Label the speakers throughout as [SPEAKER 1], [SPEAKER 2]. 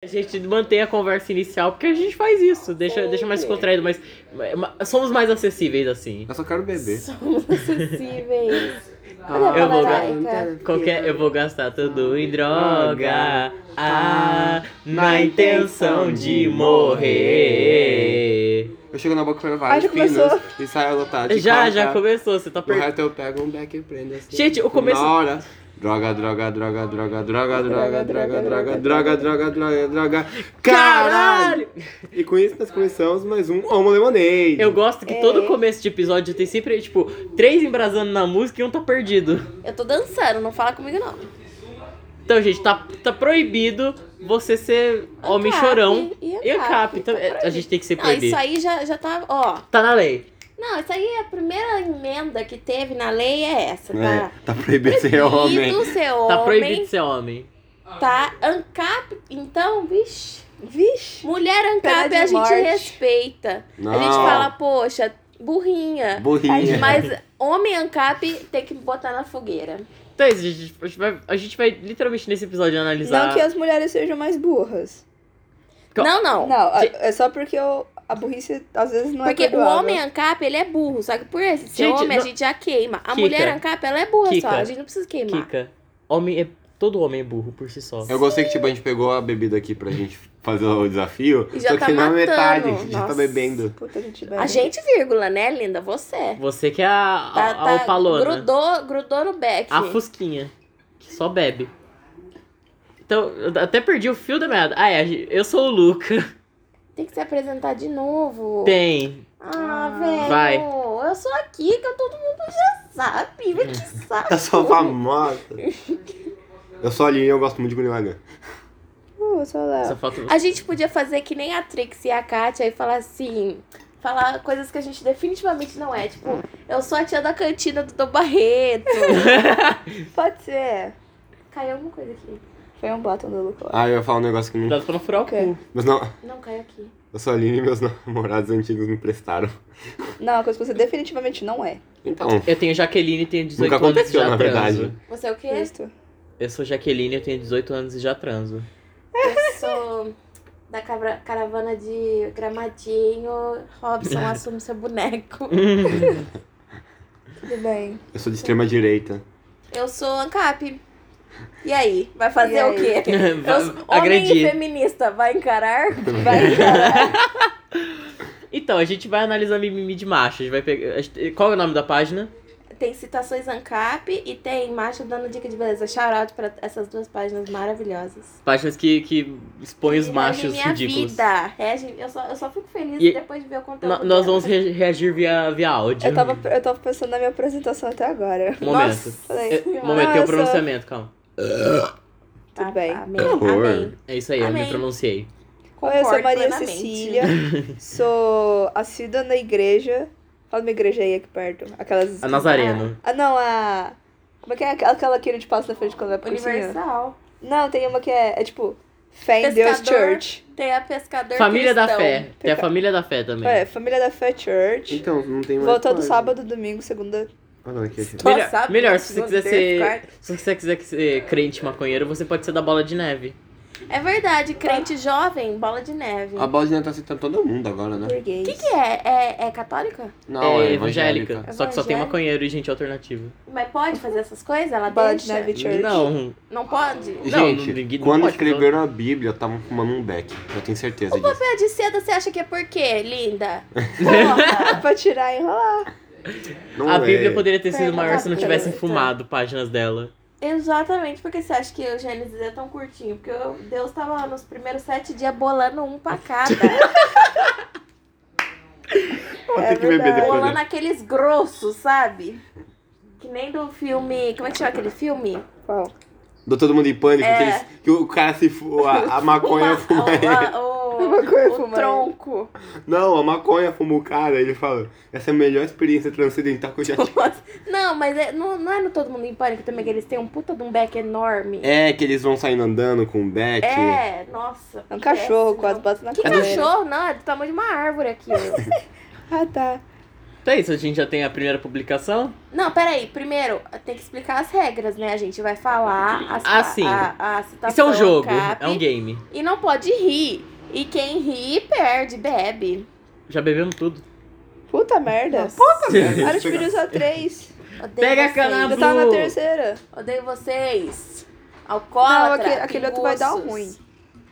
[SPEAKER 1] A gente mantém a conversa inicial porque a gente faz isso, deixa,
[SPEAKER 2] Sim.
[SPEAKER 1] deixa mais contraído, mas mas somos mais acessíveis assim.
[SPEAKER 3] Eu só quero beber. Ah.
[SPEAKER 2] Somos acessíveis.
[SPEAKER 1] eu vou
[SPEAKER 2] Caraca.
[SPEAKER 1] Qualquer, eu vou gastar tudo em droga, ah, na intenção de morrer.
[SPEAKER 3] Eu chego na boca pra
[SPEAKER 2] Ai,
[SPEAKER 3] vários
[SPEAKER 2] já
[SPEAKER 3] pinos
[SPEAKER 2] começou.
[SPEAKER 3] e saio lotado de
[SPEAKER 1] Já,
[SPEAKER 3] coca.
[SPEAKER 1] já começou, você tá
[SPEAKER 3] No
[SPEAKER 1] perdendo.
[SPEAKER 3] reto eu pego um beck e prendo assim.
[SPEAKER 1] Gente, o começo-
[SPEAKER 3] Na hora. Droga, droga, droga, droga, droga, droga, droga, droga, droga, droga, droga, droga.
[SPEAKER 1] Caralho!
[SPEAKER 3] E com isso nós começamos mais um Homo Lemonade.
[SPEAKER 1] Eu gosto que
[SPEAKER 2] É.
[SPEAKER 1] todo começo de episódio tem sempre, tipo, três embrasando na música e um tá perdido.
[SPEAKER 2] Eu tô dançando, não fala comigo não.
[SPEAKER 1] Então, gente, tá, tá proibido você ser homem
[SPEAKER 2] Ancap
[SPEAKER 1] chorão.
[SPEAKER 2] e
[SPEAKER 1] E a
[SPEAKER 2] Ancap,
[SPEAKER 1] cap,
[SPEAKER 2] tá
[SPEAKER 1] também. a
[SPEAKER 2] proibido.
[SPEAKER 1] gente tem que ser
[SPEAKER 2] Não, isso
[SPEAKER 1] proibido. Ah,
[SPEAKER 2] aí já, já tá, ó.
[SPEAKER 1] Tá na lei.
[SPEAKER 2] Não, isso aí é a primeira emenda que teve na lei é essa,
[SPEAKER 3] É,
[SPEAKER 2] tá?
[SPEAKER 3] tá proibido ser homem.
[SPEAKER 2] Proibido ser homem.
[SPEAKER 1] Tá proibido ser homem.
[SPEAKER 2] Tá ANCAP, então, vixe.
[SPEAKER 4] Vixe.
[SPEAKER 2] Mulher ANCAP
[SPEAKER 4] Pena de
[SPEAKER 2] a gente
[SPEAKER 4] morte.
[SPEAKER 2] respeita. A gente
[SPEAKER 3] Não. É.
[SPEAKER 2] fala, poxa, burrinha.
[SPEAKER 3] Burrinha.
[SPEAKER 2] Mas homem ANCAP tem que botar na fogueira.
[SPEAKER 1] Então, é isso, gente, a gente vai, a gente vai literalmente nesse episódio analisar.
[SPEAKER 4] Não que as mulheres sejam mais burras.
[SPEAKER 1] Co-
[SPEAKER 2] Não, não.
[SPEAKER 4] Não, a-
[SPEAKER 1] Ge-
[SPEAKER 4] é só porque eu- a burrice às vezes não
[SPEAKER 2] Porque
[SPEAKER 4] é perdoável.
[SPEAKER 2] o homem ANCAP, ele é burro. Só que por esse ser
[SPEAKER 1] Gente,
[SPEAKER 2] homem,
[SPEAKER 1] não-
[SPEAKER 2] a gente já queima. A
[SPEAKER 1] Kika.
[SPEAKER 2] mulher ANCAP, ela é burra
[SPEAKER 1] Kika.
[SPEAKER 2] só. A gente não precisa queimar.
[SPEAKER 1] Kika, homem é. Todo homem é burro por si só.
[SPEAKER 3] Eu gostei que tipo, a gente pegou a bebida aqui pra gente fazer o desafio.
[SPEAKER 2] E já
[SPEAKER 3] só
[SPEAKER 2] tá
[SPEAKER 3] que na
[SPEAKER 2] matando.
[SPEAKER 3] metade, a gente já tá
[SPEAKER 2] Nossa.
[SPEAKER 3] bebendo.
[SPEAKER 4] Puta, a gente bebe.
[SPEAKER 2] A gente, vírgula, né, linda? Você.
[SPEAKER 1] Você que é a, a,
[SPEAKER 2] Tá,
[SPEAKER 1] a
[SPEAKER 2] tá-
[SPEAKER 1] opalona.
[SPEAKER 2] grudou, grudou no beck.
[SPEAKER 1] né? A Fusquinha, que só bebe. Então, eu até perdi o fio da meada. Ah, é, eu sou o Luca.
[SPEAKER 2] Tem que se apresentar de novo.
[SPEAKER 1] Tem.
[SPEAKER 2] Ah, velho.
[SPEAKER 1] Vai.
[SPEAKER 2] Eu sou a Kika, todo mundo já sabe. Vai que
[SPEAKER 1] Tá
[SPEAKER 2] sabe.
[SPEAKER 3] Eu sou famosa. Eu sou a Aline e eu gosto muito de Gulli Lagan.
[SPEAKER 4] Uh, só
[SPEAKER 1] Só
[SPEAKER 4] lá.
[SPEAKER 1] falta
[SPEAKER 2] A gente podia fazer que nem a Trix e a Kátia e falar assim. Falar coisas que a gente definitivamente não é. Tipo, eu sou a tia da cantina do Dom Barreto.
[SPEAKER 1] é
[SPEAKER 4] Pode ser.
[SPEAKER 2] caiu alguma coisa aqui.
[SPEAKER 4] Foi um bottom do Luca.
[SPEAKER 3] Ah, eu ia falar um negócio que não.
[SPEAKER 1] Cuidado pra não furar o
[SPEAKER 2] Uh.
[SPEAKER 4] Ok.
[SPEAKER 1] cu.
[SPEAKER 3] Mas não,
[SPEAKER 2] Não, caiu aqui.
[SPEAKER 3] eu sou a Aline e meus namorados antigos me prestaram.
[SPEAKER 4] Não, é uma coisa que você definitivamente não é.
[SPEAKER 3] Então,
[SPEAKER 1] Eu tenho Jaqueline e tenho 18
[SPEAKER 3] nunca
[SPEAKER 1] anos e
[SPEAKER 3] aconteceu,
[SPEAKER 1] já
[SPEAKER 3] na
[SPEAKER 1] transo.
[SPEAKER 3] verdade.
[SPEAKER 2] Você é o quê?
[SPEAKER 4] Isso.
[SPEAKER 1] Eu sou Jaqueline, eu tenho 18 anos e já transo.
[SPEAKER 2] Eu sou da cabra- caravana de gramadinho. Robson assume seu boneco.
[SPEAKER 4] Tudo bem.
[SPEAKER 3] Eu sou de extrema direita.
[SPEAKER 2] Eu sou ANCAP. E aí? Vai fazer
[SPEAKER 4] E
[SPEAKER 2] o
[SPEAKER 4] aí?
[SPEAKER 2] quê? Eu sou homem
[SPEAKER 1] Agredir.
[SPEAKER 2] feminista, vai encarar?
[SPEAKER 4] Vai, cara.
[SPEAKER 1] Então, a gente vai analisar mimimi de macho. A gente vai pegar. a gente- Qual é o nome da página?
[SPEAKER 2] Tem citações ANCAP e tem macho dando dica de beleza. Shout out pra essas duas páginas maravilhosas.
[SPEAKER 1] Páginas que, que expõem os
[SPEAKER 2] Regem
[SPEAKER 1] machos
[SPEAKER 2] é minha
[SPEAKER 1] ridículos.
[SPEAKER 2] vida. Regem- eu, só, eu só fico feliz
[SPEAKER 1] E-
[SPEAKER 2] depois de ver o conteúdo.
[SPEAKER 1] No- nós
[SPEAKER 2] dela.
[SPEAKER 1] vamos re- reagir via, via áudio. Um
[SPEAKER 4] Eu tava, eu tava pensando na minha apresentação até agora.
[SPEAKER 1] Momento.
[SPEAKER 2] Nossa
[SPEAKER 4] Falei,
[SPEAKER 1] É,
[SPEAKER 2] Senhora.
[SPEAKER 1] momento, tem
[SPEAKER 4] eu
[SPEAKER 1] o
[SPEAKER 4] sou-
[SPEAKER 1] pronunciamento, calma.
[SPEAKER 4] Tudo
[SPEAKER 2] Tá,
[SPEAKER 4] bem.
[SPEAKER 2] tá, Amém.
[SPEAKER 3] horror.
[SPEAKER 2] Amém.
[SPEAKER 1] É isso aí, eu me
[SPEAKER 2] Amém.
[SPEAKER 1] pronunciei.
[SPEAKER 4] Oi, eu sou
[SPEAKER 2] Concordo
[SPEAKER 4] Maria
[SPEAKER 2] plenamente.
[SPEAKER 4] Cecília. sou assídua na igreja. Fala uma igreja aí aqui perto. Aquelas.
[SPEAKER 1] A
[SPEAKER 2] é.
[SPEAKER 1] Nazareno.
[SPEAKER 4] Ah, não, a. Como é que é aquela aquela que a gente passa na frente quando vai pro cursinho?
[SPEAKER 2] Universal.
[SPEAKER 4] Não, tem uma que é, é tipo Fé em Deus
[SPEAKER 2] Pescador.
[SPEAKER 4] Church.
[SPEAKER 2] Tem a pescador
[SPEAKER 1] família da
[SPEAKER 2] cristão.
[SPEAKER 1] Fé. Tem a Família da Fé também.
[SPEAKER 4] É, Família da Fé Church.
[SPEAKER 3] Então, não tem mais.
[SPEAKER 4] Voltou do
[SPEAKER 3] coisa.
[SPEAKER 4] sábado, domingo, segunda.
[SPEAKER 3] Olha aqui. gente.
[SPEAKER 2] Só
[SPEAKER 1] Melhor,
[SPEAKER 2] sabe,
[SPEAKER 1] melhor,
[SPEAKER 2] né?
[SPEAKER 1] se você
[SPEAKER 2] Segundo,
[SPEAKER 1] quiser ser.
[SPEAKER 2] terceiro,
[SPEAKER 1] Se você quiser ser crente maconheiro, você pode ser da bola de neve.
[SPEAKER 2] É verdade, crente jovem, bola de neve.
[SPEAKER 3] A bola de neve tá aceitando todo mundo agora,
[SPEAKER 2] O
[SPEAKER 3] né?
[SPEAKER 4] Burguês.
[SPEAKER 2] que, que é? é? É católica?
[SPEAKER 3] Não,
[SPEAKER 1] é,
[SPEAKER 3] é
[SPEAKER 1] evangélica.
[SPEAKER 3] evangélica.
[SPEAKER 1] Só que só tem
[SPEAKER 2] Evangélica.
[SPEAKER 1] maconheiro e gente alternativa.
[SPEAKER 2] Mas pode fazer essas coisas? Ela
[SPEAKER 4] Bola de
[SPEAKER 2] é? deixa?
[SPEAKER 4] neve church.
[SPEAKER 1] Não.
[SPEAKER 2] Não pode?
[SPEAKER 1] Não,
[SPEAKER 3] Gente,
[SPEAKER 1] ninguém- não
[SPEAKER 3] quando
[SPEAKER 1] pode,
[SPEAKER 3] escreveram a Bíblia, estavam fumando um beck. Eu tenho certeza disso.
[SPEAKER 2] Papel de seda, você acha que é por quê, linda?
[SPEAKER 4] É
[SPEAKER 2] Porra!
[SPEAKER 4] pra tirar e enrolar.
[SPEAKER 3] Não
[SPEAKER 1] assim? a
[SPEAKER 3] é.
[SPEAKER 1] Bíblia poderia ter sido
[SPEAKER 2] Pergunta
[SPEAKER 1] maior se não
[SPEAKER 2] pra
[SPEAKER 1] tivessem
[SPEAKER 2] Deus,
[SPEAKER 1] fumado páginas dela.
[SPEAKER 2] Exatamente, porque você acha que o Gênesis é tão curtinho? Porque eu- Deus tava lá nos primeiros sete dias bolando um pra cada.
[SPEAKER 3] Vou
[SPEAKER 4] É
[SPEAKER 3] ter que beber
[SPEAKER 4] verdade.
[SPEAKER 3] depois.
[SPEAKER 2] bolando
[SPEAKER 3] né?
[SPEAKER 2] aqueles grossos, sabe? Que nem do filme. Como é que chama aquele filme?
[SPEAKER 4] Qual?
[SPEAKER 3] Do todo mundo em pânico, que,
[SPEAKER 2] É.
[SPEAKER 3] eles- que o cara se. fu- A, a maconha fuma ele.
[SPEAKER 2] o, o, o,
[SPEAKER 4] Maconha
[SPEAKER 2] o
[SPEAKER 4] fuma ele.
[SPEAKER 2] tronco.
[SPEAKER 3] Não, a maconha fuma o cara, ele fala, essa é a melhor experiência transcendental que eu já tive.
[SPEAKER 2] Não, mas é- não, não é no Todo Mundo em Pânico também que eles têm um puta de um beck enorme.
[SPEAKER 3] É, que eles vão saindo andando com o Beck.
[SPEAKER 2] É, nossa.
[SPEAKER 4] É um cachorro,
[SPEAKER 2] péssimo.
[SPEAKER 1] É
[SPEAKER 4] quase bate na
[SPEAKER 2] Que
[SPEAKER 4] cadeira.
[SPEAKER 2] cachorro? Não, é do tamanho de uma árvore aqui.
[SPEAKER 4] Ah, tá.
[SPEAKER 1] Então é isso, a gente já tem a primeira publicação.
[SPEAKER 2] Não, peraí. Primeiro, tem que explicar as regras, né? A gente vai falar as,
[SPEAKER 1] Ah, sim.
[SPEAKER 2] a, a, a
[SPEAKER 4] Tá
[SPEAKER 2] citação.
[SPEAKER 1] Isso é um jogo,
[SPEAKER 2] cap,
[SPEAKER 1] é um game.
[SPEAKER 2] E não pode rir. E quem ri, perde, bebe.
[SPEAKER 1] Já bebemos tudo.
[SPEAKER 4] Puta merda.
[SPEAKER 2] Nossa.
[SPEAKER 4] Era de pedir só três.
[SPEAKER 2] Odeio
[SPEAKER 1] Pega a
[SPEAKER 2] vocês.
[SPEAKER 1] cana-
[SPEAKER 4] Eu tava na
[SPEAKER 1] Blue.
[SPEAKER 4] terceira.
[SPEAKER 2] Odeio vocês. Alcoólatra,
[SPEAKER 4] Não, aquele- aquele outro vai dar
[SPEAKER 2] pinguços.
[SPEAKER 4] ruim.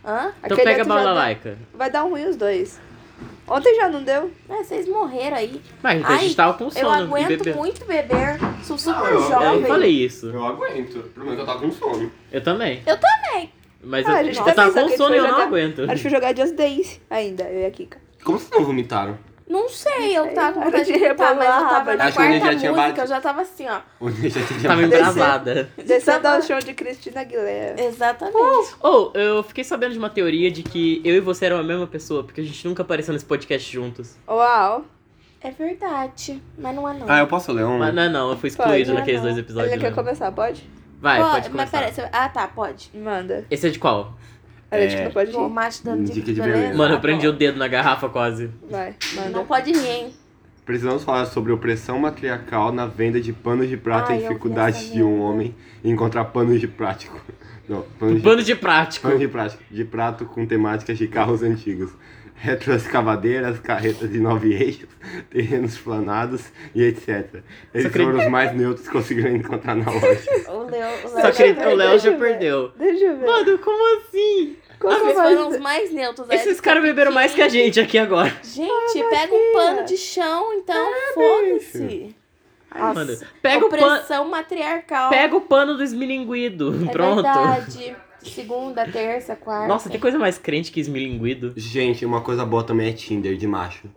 [SPEAKER 2] Hã?
[SPEAKER 1] Então
[SPEAKER 4] Aquele
[SPEAKER 1] pega a
[SPEAKER 4] outro já
[SPEAKER 1] balalaica.
[SPEAKER 4] deu- Vai dar um ruim os dois. Ontem já não deu?
[SPEAKER 2] É, vocês morreram aí.
[SPEAKER 1] Mas a gente
[SPEAKER 2] Ai,
[SPEAKER 1] tava com
[SPEAKER 2] eu
[SPEAKER 1] sono e
[SPEAKER 2] aguento
[SPEAKER 1] bebendo.
[SPEAKER 2] muito beber. Sou super
[SPEAKER 3] Ah, eu-
[SPEAKER 1] É,
[SPEAKER 2] jovem.
[SPEAKER 1] Eu falei isso.
[SPEAKER 3] Eu aguento. Pelo menos eu tava com sono.
[SPEAKER 1] Eu também.
[SPEAKER 2] Eu
[SPEAKER 1] também. Mas
[SPEAKER 4] Ah, a
[SPEAKER 1] eu,
[SPEAKER 4] gente
[SPEAKER 1] eu
[SPEAKER 4] também,
[SPEAKER 1] tava
[SPEAKER 4] só que a
[SPEAKER 1] com
[SPEAKER 4] gente
[SPEAKER 1] sono e
[SPEAKER 4] foi
[SPEAKER 1] eu não
[SPEAKER 4] jogar-
[SPEAKER 1] aguento.
[SPEAKER 4] A gente foi jogar Just Days ainda, eu e a Kika.
[SPEAKER 3] Como vocês não vomitaram?
[SPEAKER 2] Não sei, eu tava com
[SPEAKER 4] Era
[SPEAKER 2] vontade
[SPEAKER 4] de
[SPEAKER 2] de rebolar, mas eu
[SPEAKER 4] rebolar,
[SPEAKER 2] tava na
[SPEAKER 3] acho que a gente
[SPEAKER 2] quarta
[SPEAKER 3] já tinha
[SPEAKER 2] música,
[SPEAKER 3] batido.
[SPEAKER 2] eu já tava assim, ó.
[SPEAKER 3] O Ninja tinha
[SPEAKER 1] Tava
[SPEAKER 3] mais-
[SPEAKER 1] embravada.
[SPEAKER 4] Descendo
[SPEAKER 2] Tava-
[SPEAKER 4] ao show de Cristina Aguilera.
[SPEAKER 2] Exatamente.
[SPEAKER 1] Ou, eu fiquei sabendo de uma teoria de que eu e você eram a mesma pessoa, porque a gente nunca apareceu nesse podcast juntos.
[SPEAKER 4] Uau.
[SPEAKER 2] É verdade, mas não é não.
[SPEAKER 3] Ah, eu posso ler um?
[SPEAKER 1] Mas não, é não, eu fui
[SPEAKER 4] Pode,
[SPEAKER 1] excluído
[SPEAKER 4] não é
[SPEAKER 1] naqueles
[SPEAKER 2] não.
[SPEAKER 1] dois
[SPEAKER 4] Ele
[SPEAKER 1] episódios.
[SPEAKER 4] quer
[SPEAKER 1] né?
[SPEAKER 4] começar, pode?
[SPEAKER 1] Vai,
[SPEAKER 2] Pô,
[SPEAKER 1] pode começar.
[SPEAKER 2] mas peraí, você- ah tá, pode.
[SPEAKER 4] Manda.
[SPEAKER 1] Esse é de qual?
[SPEAKER 4] A gente
[SPEAKER 3] É.
[SPEAKER 4] não pode
[SPEAKER 2] Bom,
[SPEAKER 4] rir.
[SPEAKER 2] macho dando dica, de beleza.
[SPEAKER 1] Mano, eu
[SPEAKER 2] Ah,
[SPEAKER 1] prendi
[SPEAKER 2] bom.
[SPEAKER 1] o dedo na garrafa quase.
[SPEAKER 4] Vai, manda.
[SPEAKER 2] Não pode rir, hein?
[SPEAKER 3] Precisamos falar sobre opressão matriarcal na venda de panos de prata
[SPEAKER 2] Ai,
[SPEAKER 3] e
[SPEAKER 2] eu vi
[SPEAKER 3] dificuldade
[SPEAKER 2] essa
[SPEAKER 3] de um
[SPEAKER 2] merda.
[SPEAKER 3] homem em encontrar panos de prático. Não, panos de,
[SPEAKER 1] Bando de prático.
[SPEAKER 3] panos de prático. De prato com temáticas de carros antigos. Retroescavadeiras, carretas de nove eixos, terrenos planados e etc. Eles
[SPEAKER 1] acredito-
[SPEAKER 3] foram os mais neutros que conseguiram encontrar na loja.
[SPEAKER 2] O Leo, o
[SPEAKER 1] Só
[SPEAKER 2] Leo
[SPEAKER 1] que
[SPEAKER 2] já
[SPEAKER 1] ele- o Léo
[SPEAKER 4] Deixa
[SPEAKER 1] já
[SPEAKER 4] eu né? ver.
[SPEAKER 1] perdeu.
[SPEAKER 4] Deixa eu ver.
[SPEAKER 1] Mano, como assim?
[SPEAKER 4] Como
[SPEAKER 2] ah, Vocês
[SPEAKER 4] mais-
[SPEAKER 2] foram os mais neutros. aí
[SPEAKER 1] Esses
[SPEAKER 2] de
[SPEAKER 1] caras beberam mais que a gente aqui agora.
[SPEAKER 2] Gente, pega um pano de chão, então foda-se.
[SPEAKER 1] Ai, mano.
[SPEAKER 4] Nossa.
[SPEAKER 1] Pega o, pan...
[SPEAKER 2] Opressão matriarcal.
[SPEAKER 1] Pega o pano do esmilinguido.
[SPEAKER 2] é
[SPEAKER 1] Pronto.
[SPEAKER 2] verdade. Segunda, terça, quarta.
[SPEAKER 1] Nossa, tem coisa mais crente que esmilinguido.
[SPEAKER 3] Gente, uma coisa boa também é Tinder de macho.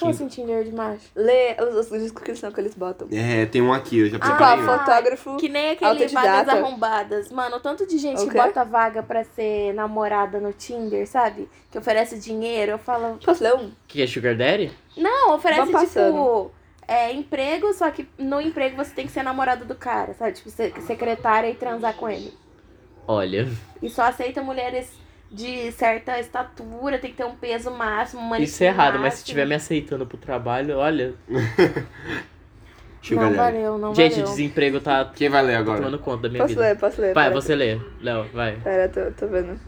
[SPEAKER 2] Como assim, Tinder de macho?
[SPEAKER 4] Lê os, os descrições que eles botam.
[SPEAKER 3] É, tem um aqui, eu
[SPEAKER 2] Ah,
[SPEAKER 3] já
[SPEAKER 4] Tipo,
[SPEAKER 3] preparei.
[SPEAKER 4] ó,
[SPEAKER 3] um.
[SPEAKER 4] fotógrafo.
[SPEAKER 2] Que nem aquele
[SPEAKER 4] Autodidata.
[SPEAKER 2] vagas arrombadas. Mano, o tanto de gente
[SPEAKER 4] O
[SPEAKER 2] que
[SPEAKER 4] quê?
[SPEAKER 2] bota vaga pra ser namorada no Tinder, sabe? Que oferece dinheiro. Eu falo,
[SPEAKER 4] Posso ler um?
[SPEAKER 1] Que é Sugar Daddy?
[SPEAKER 2] não, oferece
[SPEAKER 4] Vamos passando.
[SPEAKER 2] tipo. É, emprego, só que no emprego você tem que ser namorada do cara, sabe? Tipo, ser secretária e transar com ele.
[SPEAKER 1] Olha,
[SPEAKER 2] E só aceita mulheres de certa estatura, tem que ter um peso máximo, um manequim
[SPEAKER 1] isso é errado, mas se
[SPEAKER 2] máximo.
[SPEAKER 1] estiver me aceitando pro trabalho, olha.
[SPEAKER 3] Sugar
[SPEAKER 2] Não
[SPEAKER 3] Daddy.
[SPEAKER 2] valeu, não
[SPEAKER 1] gente,
[SPEAKER 2] valeu.
[SPEAKER 1] o desemprego tá
[SPEAKER 3] Quem vai ler agora?
[SPEAKER 1] tomando conta da minha
[SPEAKER 4] Posso
[SPEAKER 1] vida.
[SPEAKER 4] ler, posso ler.
[SPEAKER 1] Vai,
[SPEAKER 4] pera.
[SPEAKER 1] você lê. Léo, vai.
[SPEAKER 4] Pera, tô, tô vendo.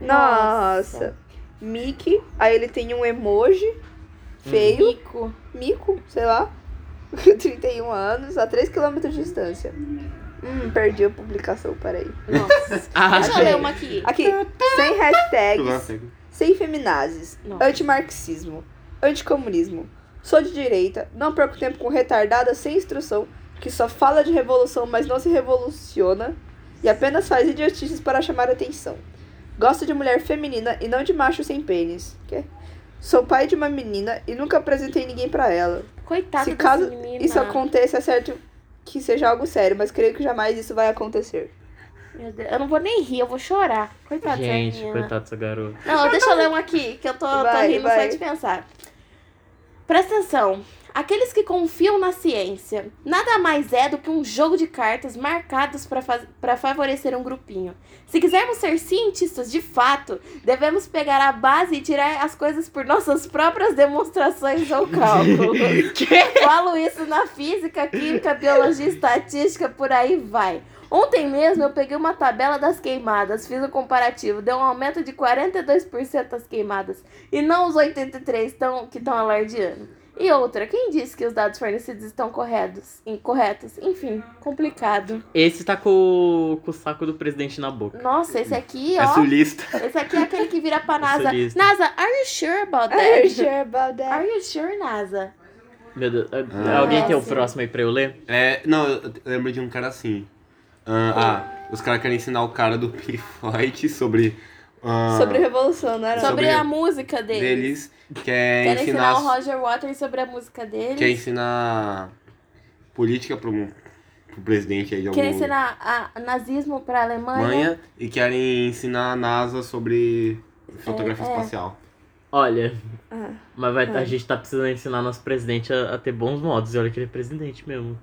[SPEAKER 2] Nossa.
[SPEAKER 4] Nossa. Mickey. Aí ele tem um emoji feio.
[SPEAKER 2] Pico.
[SPEAKER 4] Mico, sei lá. 31 anos, a 3km de distância. Hum, perdi a publicação, peraí.
[SPEAKER 2] Nossa.
[SPEAKER 1] Ah,
[SPEAKER 2] Deixa eu ler uma aqui.
[SPEAKER 4] Aqui, sem hashtags, sem feminazes,
[SPEAKER 2] Nossa.
[SPEAKER 4] antimarxismo, anticomunismo. Sou de direita, não perco tempo com retardada sem instrução, que só fala de revolução, mas não se revoluciona, e apenas faz idiotices para chamar atenção. Gosto de mulher feminina e não de macho sem pênis. Quê? Sou pai de uma menina e nunca apresentei ninguém pra ela.
[SPEAKER 2] Coitado né?
[SPEAKER 4] Se
[SPEAKER 2] dessa
[SPEAKER 4] caso
[SPEAKER 2] menina.
[SPEAKER 4] isso aconteça, é certo que seja algo sério, mas creio que jamais isso vai acontecer.
[SPEAKER 2] Meu Deus, eu não vou nem rir, eu vou chorar. Coitado dessa
[SPEAKER 1] Gente,
[SPEAKER 2] menina.
[SPEAKER 1] coitado dessa garota.
[SPEAKER 2] Não, deixa eu ler um aqui, que eu tô, tô
[SPEAKER 4] Vai,
[SPEAKER 2] rindo
[SPEAKER 4] vai.
[SPEAKER 2] só de pensar. Presta atenção. Aqueles que confiam na ciência nada mais é do que um jogo de cartas marcados para faz... pra favorecer um grupinho. Se quisermos ser cientistas de fato, devemos pegar a base e tirar as coisas por nossas próprias demonstrações ou cálculos.
[SPEAKER 1] que?
[SPEAKER 2] Falo isso na física, química, biologia, estatística, por aí vai. Ontem mesmo eu peguei uma tabela das queimadas, fiz um comparativo, deu um aumento de 42% das queimadas e não os 83 tão, que estão alardeando. E outra, quem disse que os dados fornecidos estão corretos, incorretos? Enfim, complicado.
[SPEAKER 1] Esse tá com, com o saco do presidente na boca.
[SPEAKER 2] Nossa, esse aqui,
[SPEAKER 3] É
[SPEAKER 2] ó.
[SPEAKER 3] sulista.
[SPEAKER 2] Esse aqui é aquele que vira pra NASA.
[SPEAKER 1] Solista.
[SPEAKER 2] NASA, are you sure about
[SPEAKER 4] Are you
[SPEAKER 2] that?
[SPEAKER 4] sure about that?
[SPEAKER 2] Are you sure, NASA?
[SPEAKER 1] Meu Deus,
[SPEAKER 3] Ah.
[SPEAKER 1] alguém tem o
[SPEAKER 2] Nossa.
[SPEAKER 1] próximo aí pra eu ler?
[SPEAKER 3] É, não, eu lembro de um cara assim. Ah, ah, os caras querem ensinar o cara do Pink Floyd sobre. ah,
[SPEAKER 4] Sobre revolução, não era?
[SPEAKER 2] É Sobre,
[SPEAKER 3] Sobre
[SPEAKER 2] a música dele.
[SPEAKER 3] deles. Quer
[SPEAKER 2] Quero ensinar,
[SPEAKER 3] ensinar,
[SPEAKER 2] o Roger Waters sobre a música dele.
[SPEAKER 3] quer ensinar política pro, pro presidente aí de algum
[SPEAKER 2] Quer ensinar a- nazismo pra Alemanha.
[SPEAKER 3] manha e querem ensinar a NASA sobre fotografia
[SPEAKER 2] É, é.
[SPEAKER 3] espacial.
[SPEAKER 1] Olha,
[SPEAKER 4] Ah.
[SPEAKER 1] mas vai- a
[SPEAKER 4] Vai.
[SPEAKER 1] gente tá precisando ensinar nosso presidente a, a ter bons modos. E olha que ele é presidente mesmo.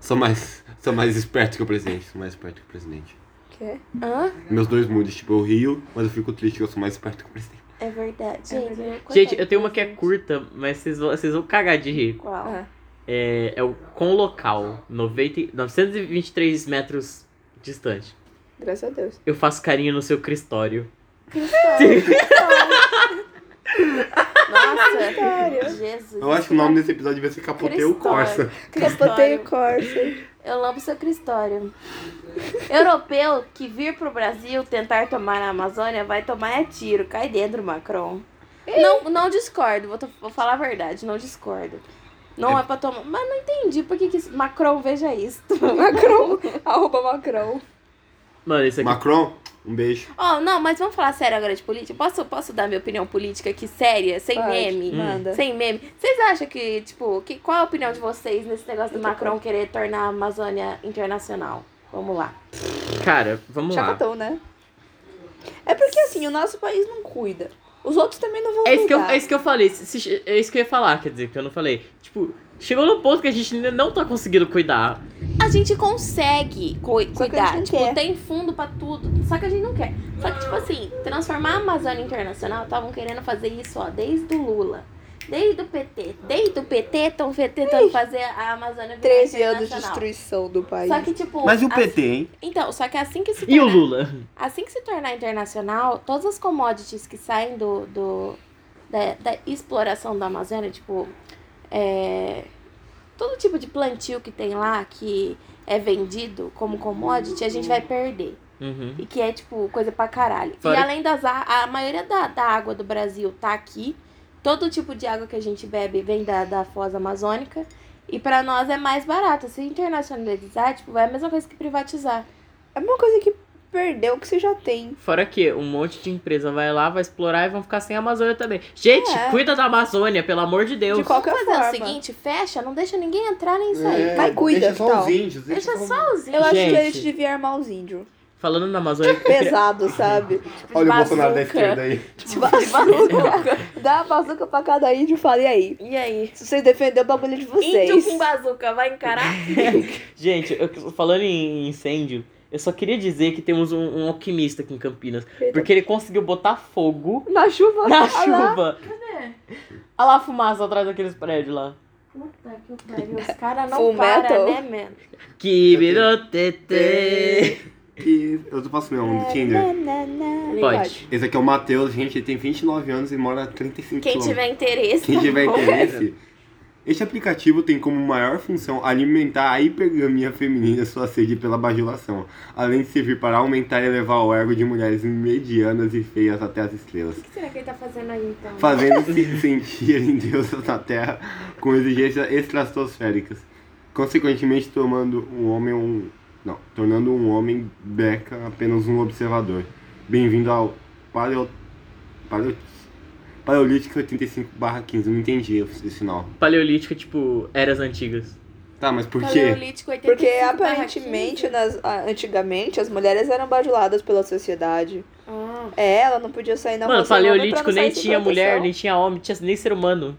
[SPEAKER 3] Sou mais, sou mais esperto que o presidente. Sou mais esperto que o presidente.
[SPEAKER 4] Quê?
[SPEAKER 2] Hã?
[SPEAKER 3] Meus dois moods, tipo, eu rio, mas eu fico triste que eu sou mais esperto que o presidente.
[SPEAKER 2] É verdade.
[SPEAKER 4] É
[SPEAKER 2] Gente,
[SPEAKER 4] verdade.
[SPEAKER 2] eu-
[SPEAKER 1] Gente,
[SPEAKER 2] coitado
[SPEAKER 1] eu tenho uma que é
[SPEAKER 2] desse-
[SPEAKER 1] curta, mas vocês vão, vocês vão cagar de rir.
[SPEAKER 2] Qual?
[SPEAKER 4] Ah.
[SPEAKER 1] É, é o com local, 90, e- 923 metros distante.
[SPEAKER 4] Graças a Deus.
[SPEAKER 1] Eu faço carinho no seu cristório.
[SPEAKER 2] Nossa,
[SPEAKER 4] Sério?
[SPEAKER 2] Jesus.
[SPEAKER 5] Eu acho que o nome desse episódio vai ser Capoteu o Corsa.
[SPEAKER 4] Capotei o Corsa.
[SPEAKER 2] Eu lambo seu cristório. Europeu que vir pro Brasil tentar tomar a Amazônia vai tomar é tiro. Cai dentro, Macron. Não, não discordo, vou, to- vou falar a verdade, não discordo. Não é, pra tomar. Mas não entendi por que, que esse- Macron veja isso.
[SPEAKER 4] Macron. Arroba Macron.
[SPEAKER 1] Mano, isso aqui.
[SPEAKER 5] Macron, um beijo.
[SPEAKER 2] oh, não, mas vamos falar sério agora de política? Posso, posso dar minha opinião política aqui séria, sem
[SPEAKER 4] Pode, Hum.
[SPEAKER 2] meme?
[SPEAKER 4] Manda.
[SPEAKER 2] Sem meme. Vocês acham que, tipo, que, qual a opinião de vocês nesse negócio do Macron querer tornar a Amazônia internacional? Vamos lá.
[SPEAKER 1] Cara, vamos lá.
[SPEAKER 4] Chacotão, né? É porque assim, o nosso país não cuida. Os outros também não vão
[SPEAKER 1] É isso, que eu,
[SPEAKER 4] cuidar.
[SPEAKER 1] é isso que eu falei, se- se- é isso que eu ia falar, quer dizer, que eu não falei. Tipo, chegou no ponto que a gente ainda não tá conseguindo cuidar.
[SPEAKER 2] A gente consegue cu- cuidar.
[SPEAKER 4] não
[SPEAKER 2] Tipo,
[SPEAKER 4] quer.
[SPEAKER 2] tem fundo pra tudo. Só que a gente não quer. Só que, tipo assim, transformar a Amazônia Internacional, estavam querendo fazer isso, ó, desde o Lula. Desde o PT. Desde o PT, estão tentando fazer a Amazônia virar
[SPEAKER 4] 13 anos de
[SPEAKER 2] internacional.
[SPEAKER 4] destruição do país.
[SPEAKER 2] Só que, tipo.
[SPEAKER 5] Mas e o
[SPEAKER 2] assim-
[SPEAKER 5] PT, hein?
[SPEAKER 2] então, só que assim que se
[SPEAKER 1] E o
[SPEAKER 2] tornar-
[SPEAKER 1] Lula?
[SPEAKER 2] Assim que se tornar internacional, todas as commodities que saem do, do- da, da exploração da Amazônia, tipo, é, todo tipo de plantio que tem lá que é vendido como commodity, a gente vai perder.
[SPEAKER 1] Uhum.
[SPEAKER 2] E que é, tipo, coisa pra caralho.
[SPEAKER 1] Fora-
[SPEAKER 2] E além das a, a maioria da, da água do Brasil tá aqui. Todo tipo de água que a gente bebe vem da, da foz amazônica. E pra nós é mais barato. Se internacionalizar, tipo, é a mesma coisa que privatizar.
[SPEAKER 4] É uma coisa que perdeu o que você já tem.
[SPEAKER 1] Fora que um monte de empresa vai lá, vai explorar e vão ficar sem a Amazônia também. Gente,
[SPEAKER 4] É.
[SPEAKER 1] cuida da Amazônia, pelo amor de Deus.
[SPEAKER 4] De qualquer
[SPEAKER 2] Vamos fazer
[SPEAKER 4] forma.
[SPEAKER 2] o seguinte, fecha, não deixa ninguém entrar
[SPEAKER 5] É.
[SPEAKER 2] nem sair.
[SPEAKER 3] É,
[SPEAKER 4] vai, cuida,
[SPEAKER 5] Deixa só
[SPEAKER 4] tal.
[SPEAKER 5] os índios.
[SPEAKER 2] então. Deixa
[SPEAKER 5] os-
[SPEAKER 2] só os
[SPEAKER 4] Eu acho que a
[SPEAKER 1] Gente.
[SPEAKER 4] gente devia armar os índios.
[SPEAKER 1] Falando na Amazônia,
[SPEAKER 4] Pesado, sabe?
[SPEAKER 5] Olha o Bolsonaro da
[SPEAKER 2] bazuca.
[SPEAKER 5] esquerda aí.
[SPEAKER 4] Bazuca. Dá a bazuca pra cada índio e fala, e aí?
[SPEAKER 2] E aí?
[SPEAKER 4] Se vocês defenderem o bagulho de vocês.
[SPEAKER 2] Índio com bazuca, vai encarar?
[SPEAKER 1] gente, eu- falando em incêndio, eu só queria dizer que temos um, um alquimista aqui em Campinas, porque ele conseguiu botar fogo
[SPEAKER 4] Na chuva.
[SPEAKER 1] na
[SPEAKER 4] olha lá.
[SPEAKER 1] chuva. Olha lá a fumaça atrás daqueles prédios lá.
[SPEAKER 2] Puta que pariu, os caras não
[SPEAKER 4] Full
[SPEAKER 2] param,
[SPEAKER 4] metal.
[SPEAKER 2] né, mano?
[SPEAKER 1] Que tete.
[SPEAKER 5] E eu posso ler
[SPEAKER 2] É,
[SPEAKER 5] um Tinder?
[SPEAKER 4] Na, na, na.
[SPEAKER 1] Pode.
[SPEAKER 5] Esse aqui é o Matheus, gente, ele tem 29 anos e mora a 35
[SPEAKER 2] Quem
[SPEAKER 5] quilômetros.
[SPEAKER 2] tiver interesse.
[SPEAKER 5] Quem tiver
[SPEAKER 2] tá bom?
[SPEAKER 5] interesse, este aplicativo tem como maior função alimentar a hipergamia feminina e sua sede pela bajulação, além de servir para aumentar e elevar o ego de mulheres medianas e feias até as estrelas,
[SPEAKER 2] O que será que ele tá fazendo aí, então?
[SPEAKER 5] fazendo-se sentirem deusas na Terra com exigências estratosféricas, consequentemente tomando um homem um... não, tornando um homem beca apenas um observador. Bem-vindo ao paleo... paleo... Paleolítico 85-15, não entendi esse sinal.
[SPEAKER 1] Paleolítico, tipo, eras antigas.
[SPEAKER 5] Tá, mas por quê?
[SPEAKER 2] Paleolítico 85
[SPEAKER 4] Porque
[SPEAKER 2] barra
[SPEAKER 4] aparentemente,
[SPEAKER 2] 15.
[SPEAKER 4] nas, ah, antigamente, as mulheres eram bajuladas pela sociedade.
[SPEAKER 2] Ah,
[SPEAKER 4] É, ela não podia sair na
[SPEAKER 1] Mano,
[SPEAKER 4] rua sem homem pra
[SPEAKER 1] paleolítico
[SPEAKER 4] não
[SPEAKER 1] nem
[SPEAKER 4] sair sem
[SPEAKER 1] tinha mulher,
[SPEAKER 4] proteção.
[SPEAKER 1] nem tinha homem, tinha nem ser humano.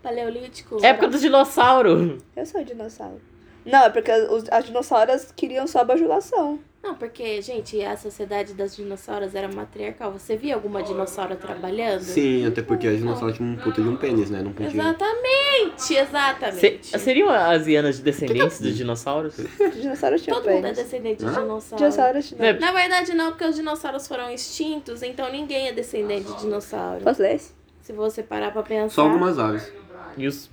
[SPEAKER 2] paleolítico.
[SPEAKER 5] É
[SPEAKER 1] Época dos dinossauros.
[SPEAKER 4] Eu sou dinossauro. Não, é porque os- as dinossauras queriam só a bajulação.
[SPEAKER 2] Não, porque, gente, a sociedade das dinossauros era matriarcal. Você via alguma dinossauro trabalhando?
[SPEAKER 5] Sim, até porque a dinossauro tinha um puta de um pênis, né? Não podia.
[SPEAKER 2] Exatamente,
[SPEAKER 1] Se-
[SPEAKER 2] exatamente.
[SPEAKER 1] seriam as hienas descendentes
[SPEAKER 4] Então-
[SPEAKER 1] dos dinossauros?
[SPEAKER 4] Os dinossauros tinham
[SPEAKER 2] Todo mundo é
[SPEAKER 4] pênis.
[SPEAKER 2] descendente de
[SPEAKER 5] Hã?
[SPEAKER 2] dinossauro.
[SPEAKER 4] Dinossauros tinham.
[SPEAKER 1] É.
[SPEAKER 2] Na verdade, não, porque os dinossauros foram extintos, então ninguém é descendente de dinossauro.
[SPEAKER 4] Posso ler esse?
[SPEAKER 2] Se você parar pra pensar.
[SPEAKER 5] Só algumas aves.
[SPEAKER 1] E os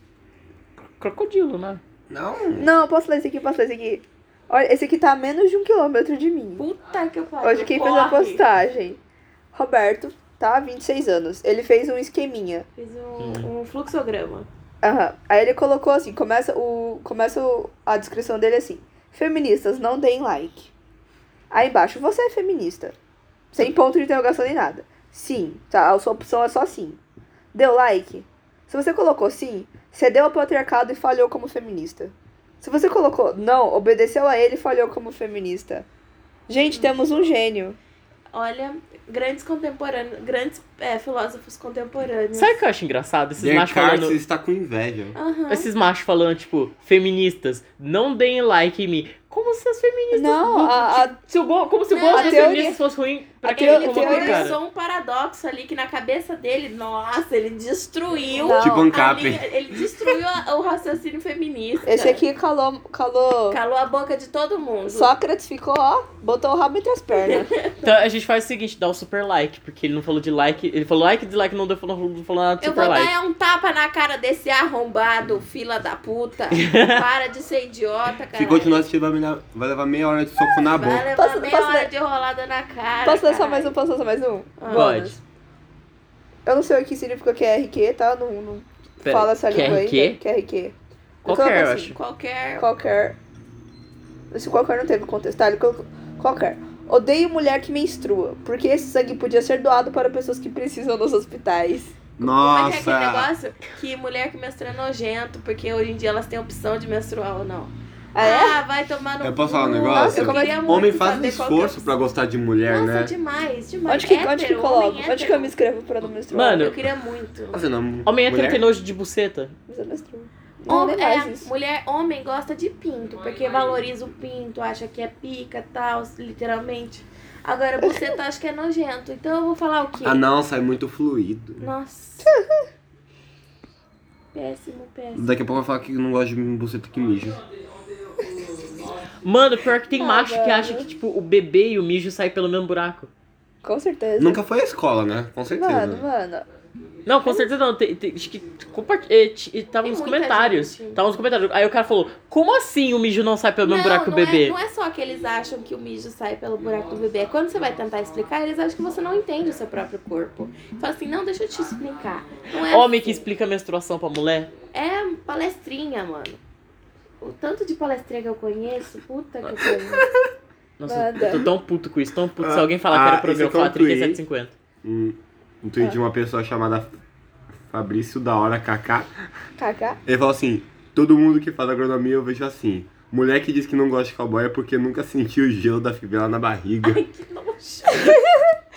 [SPEAKER 1] crocodilos, né?
[SPEAKER 5] Não.
[SPEAKER 4] Não, posso ler esse aqui, posso ler esse aqui. Olha, esse aqui tá a menos de um quilômetro de mim.
[SPEAKER 2] Puta que pariu.
[SPEAKER 4] Hoje quem fez a
[SPEAKER 2] corre.
[SPEAKER 4] postagem. Roberto, tá? 26 anos. Ele fez um esqueminha.
[SPEAKER 2] Fiz um, um fluxograma.
[SPEAKER 4] Aham. Aí ele colocou assim, começa o. Começa o- a descrição dele assim. Feministas, não deem like. Aí embaixo, você é feminista. Sem ponto de interrogação nem nada. Sim, tá? A sua opção é só sim. Deu like? Se você colocou sim, cedeu ao patriarcado e falhou como feminista. Se você colocou não, obedeceu a ele e falhou como feminista. Gente, temos um gênio.
[SPEAKER 2] Olha, grandes contemporâneos, grandes é, filósofos contemporâneos.
[SPEAKER 1] Sabe o que eu acho engraçado? Esses machos
[SPEAKER 5] Descartes
[SPEAKER 1] falando.
[SPEAKER 5] está com inveja.
[SPEAKER 2] Aham.
[SPEAKER 1] Esses machos falando, tipo, feministas, não deem like em mim. Como se as feministas.
[SPEAKER 4] Não, a- a-
[SPEAKER 1] se o go- como se o
[SPEAKER 2] Não,
[SPEAKER 1] gosto
[SPEAKER 2] a
[SPEAKER 1] das
[SPEAKER 4] teoria-
[SPEAKER 1] feministas fosse ruim pra
[SPEAKER 4] a
[SPEAKER 1] quem
[SPEAKER 4] teoria-
[SPEAKER 1] ele
[SPEAKER 2] Ele
[SPEAKER 4] como
[SPEAKER 1] colocou,
[SPEAKER 4] teoria-
[SPEAKER 1] cara.
[SPEAKER 2] começou um paradoxo ali que na cabeça dele, nossa, ele destruiu.
[SPEAKER 4] Não.
[SPEAKER 3] Tipo
[SPEAKER 2] a
[SPEAKER 3] Ancap.
[SPEAKER 2] linha- ele destruiu a- o raciocínio feminista.
[SPEAKER 4] Esse aqui calou, calou.
[SPEAKER 2] Calou a boca de todo mundo.
[SPEAKER 4] Sócrates ficou, ó, botou o rabo entre as pernas.
[SPEAKER 1] Então a gente faz o seguinte: dá o super like, porque ele não falou de like. Ele falou like, dislike, não, deu- não falou, não falou nada de
[SPEAKER 2] Eu
[SPEAKER 3] tá
[SPEAKER 1] super
[SPEAKER 2] vou
[SPEAKER 1] like.
[SPEAKER 2] dar um tapa na cara desse arrombado, fila da puta. Para de ser idiota, cara.
[SPEAKER 3] Se continuar assistindo, vai, me levar- vai levar meia hora de soco na
[SPEAKER 2] Vai
[SPEAKER 3] boca.
[SPEAKER 2] levar
[SPEAKER 4] Posso-
[SPEAKER 2] meia
[SPEAKER 4] posso
[SPEAKER 2] hora
[SPEAKER 4] dar-
[SPEAKER 2] de rolada na cara.
[SPEAKER 4] Posso lançar
[SPEAKER 2] Ah, caralho.
[SPEAKER 4] mais um? Posso lançar mais um?
[SPEAKER 2] Ah.
[SPEAKER 1] Pode.
[SPEAKER 4] Eu não sei o que significa QRQ, tá? Não, não
[SPEAKER 1] Pera,
[SPEAKER 4] fala essa língua aí.
[SPEAKER 1] QRQ?
[SPEAKER 4] QRQ.
[SPEAKER 1] Qualquer, eu
[SPEAKER 4] Coloca assim.
[SPEAKER 1] acho.
[SPEAKER 2] Qualquer. um.
[SPEAKER 4] Qualquer. Se qualquer não teve contexto, tá? Ele colocou qualquer. Odeio mulher que menstrua, porque esse sangue podia ser doado para pessoas que precisam nos hospitais.
[SPEAKER 2] Como é que é aquele
[SPEAKER 3] Nossa!
[SPEAKER 2] negócio? Que mulher que menstrua é nojento, porque hoje em dia elas têm opção de menstruar ou não.
[SPEAKER 4] Ah, é?
[SPEAKER 2] Ah, vai tomar no
[SPEAKER 3] Eu posso falar um
[SPEAKER 2] cu.
[SPEAKER 3] negócio?
[SPEAKER 2] Nossa, eu queria muito
[SPEAKER 3] Homem faz um
[SPEAKER 2] saber qual que é a
[SPEAKER 3] esforço pra
[SPEAKER 2] opção.
[SPEAKER 3] gostar de mulher,
[SPEAKER 2] Nossa,
[SPEAKER 3] né?
[SPEAKER 2] demais, demais. É
[SPEAKER 4] Onde que, onde que
[SPEAKER 2] Hétero,
[SPEAKER 4] coloco?
[SPEAKER 2] homem
[SPEAKER 4] Onde que eu me
[SPEAKER 2] hétero.
[SPEAKER 4] inscrevo para não menstruar?
[SPEAKER 1] Mano,
[SPEAKER 2] Eu queria muito.
[SPEAKER 3] Nossa, não.
[SPEAKER 1] Homem é hétero
[SPEAKER 3] Tá mulher?
[SPEAKER 1] tem nojo de buceta.
[SPEAKER 4] Mas eu menstruo. Não,
[SPEAKER 2] Homem,
[SPEAKER 4] nem
[SPEAKER 2] é,
[SPEAKER 4] mais isso.
[SPEAKER 2] mulher, homem gosta de pinto, porque valoriza o pinto, acha que é pica, tal, literalmente. Agora, buceta acha que é nojento, então eu vou falar o quê?
[SPEAKER 3] Ah, não, sai muito fluido.
[SPEAKER 2] Nossa. péssimo, péssimo.
[SPEAKER 3] Daqui a pouco vai falar que não gosta de buceta que mija.
[SPEAKER 1] Mano, pior que tem
[SPEAKER 4] Ah,
[SPEAKER 1] macho que
[SPEAKER 4] velho.
[SPEAKER 1] acha que, tipo, o bebê e o mijo saem pelo mesmo buraco.
[SPEAKER 4] Com certeza.
[SPEAKER 3] Nunca foi à escola, né? Com certeza.
[SPEAKER 4] Mano, mano.
[SPEAKER 1] Não, com certeza não. Tem, tem, acho que compart- e t- e tava
[SPEAKER 2] Tem
[SPEAKER 1] nos
[SPEAKER 2] muita
[SPEAKER 1] comentários.
[SPEAKER 2] gente.
[SPEAKER 1] Tava nos comentários. Aí o cara falou: Como assim o mijo não sai pelo mesmo buraco que o
[SPEAKER 2] não
[SPEAKER 1] bebê?
[SPEAKER 2] É, não é só que eles acham que o mijo sai pelo buraco do bebê. Quando você vai tentar explicar, eles acham que você não entende o seu próprio corpo. Fala assim, não, deixa eu te explicar. Não é
[SPEAKER 1] Homem que
[SPEAKER 2] assim.
[SPEAKER 1] explica a menstruação pra mulher.
[SPEAKER 2] É palestrinha, mano. O tanto de palestrinha que eu conheço, puta que pariu.
[SPEAKER 1] Nossa,
[SPEAKER 4] Nada.
[SPEAKER 1] eu tô tão puto com isso, tão puto. Se
[SPEAKER 3] Ah,
[SPEAKER 1] alguém falar que
[SPEAKER 3] ah,
[SPEAKER 1] era pra mim,
[SPEAKER 3] esse
[SPEAKER 1] eu
[SPEAKER 3] aqui é um
[SPEAKER 1] falar
[SPEAKER 3] tweet.
[SPEAKER 1] 37,50.
[SPEAKER 3] Um, um tweet de uma pessoa chamada Fabrício da Hora Kaká.
[SPEAKER 4] Kaká.
[SPEAKER 3] Ele falou assim: todo mundo que faz agronomia eu vejo assim. Mulher que diz que não gosta de cowboy é porque nunca sentiu o gelo da fivela na barriga.
[SPEAKER 2] Ai, que nojo.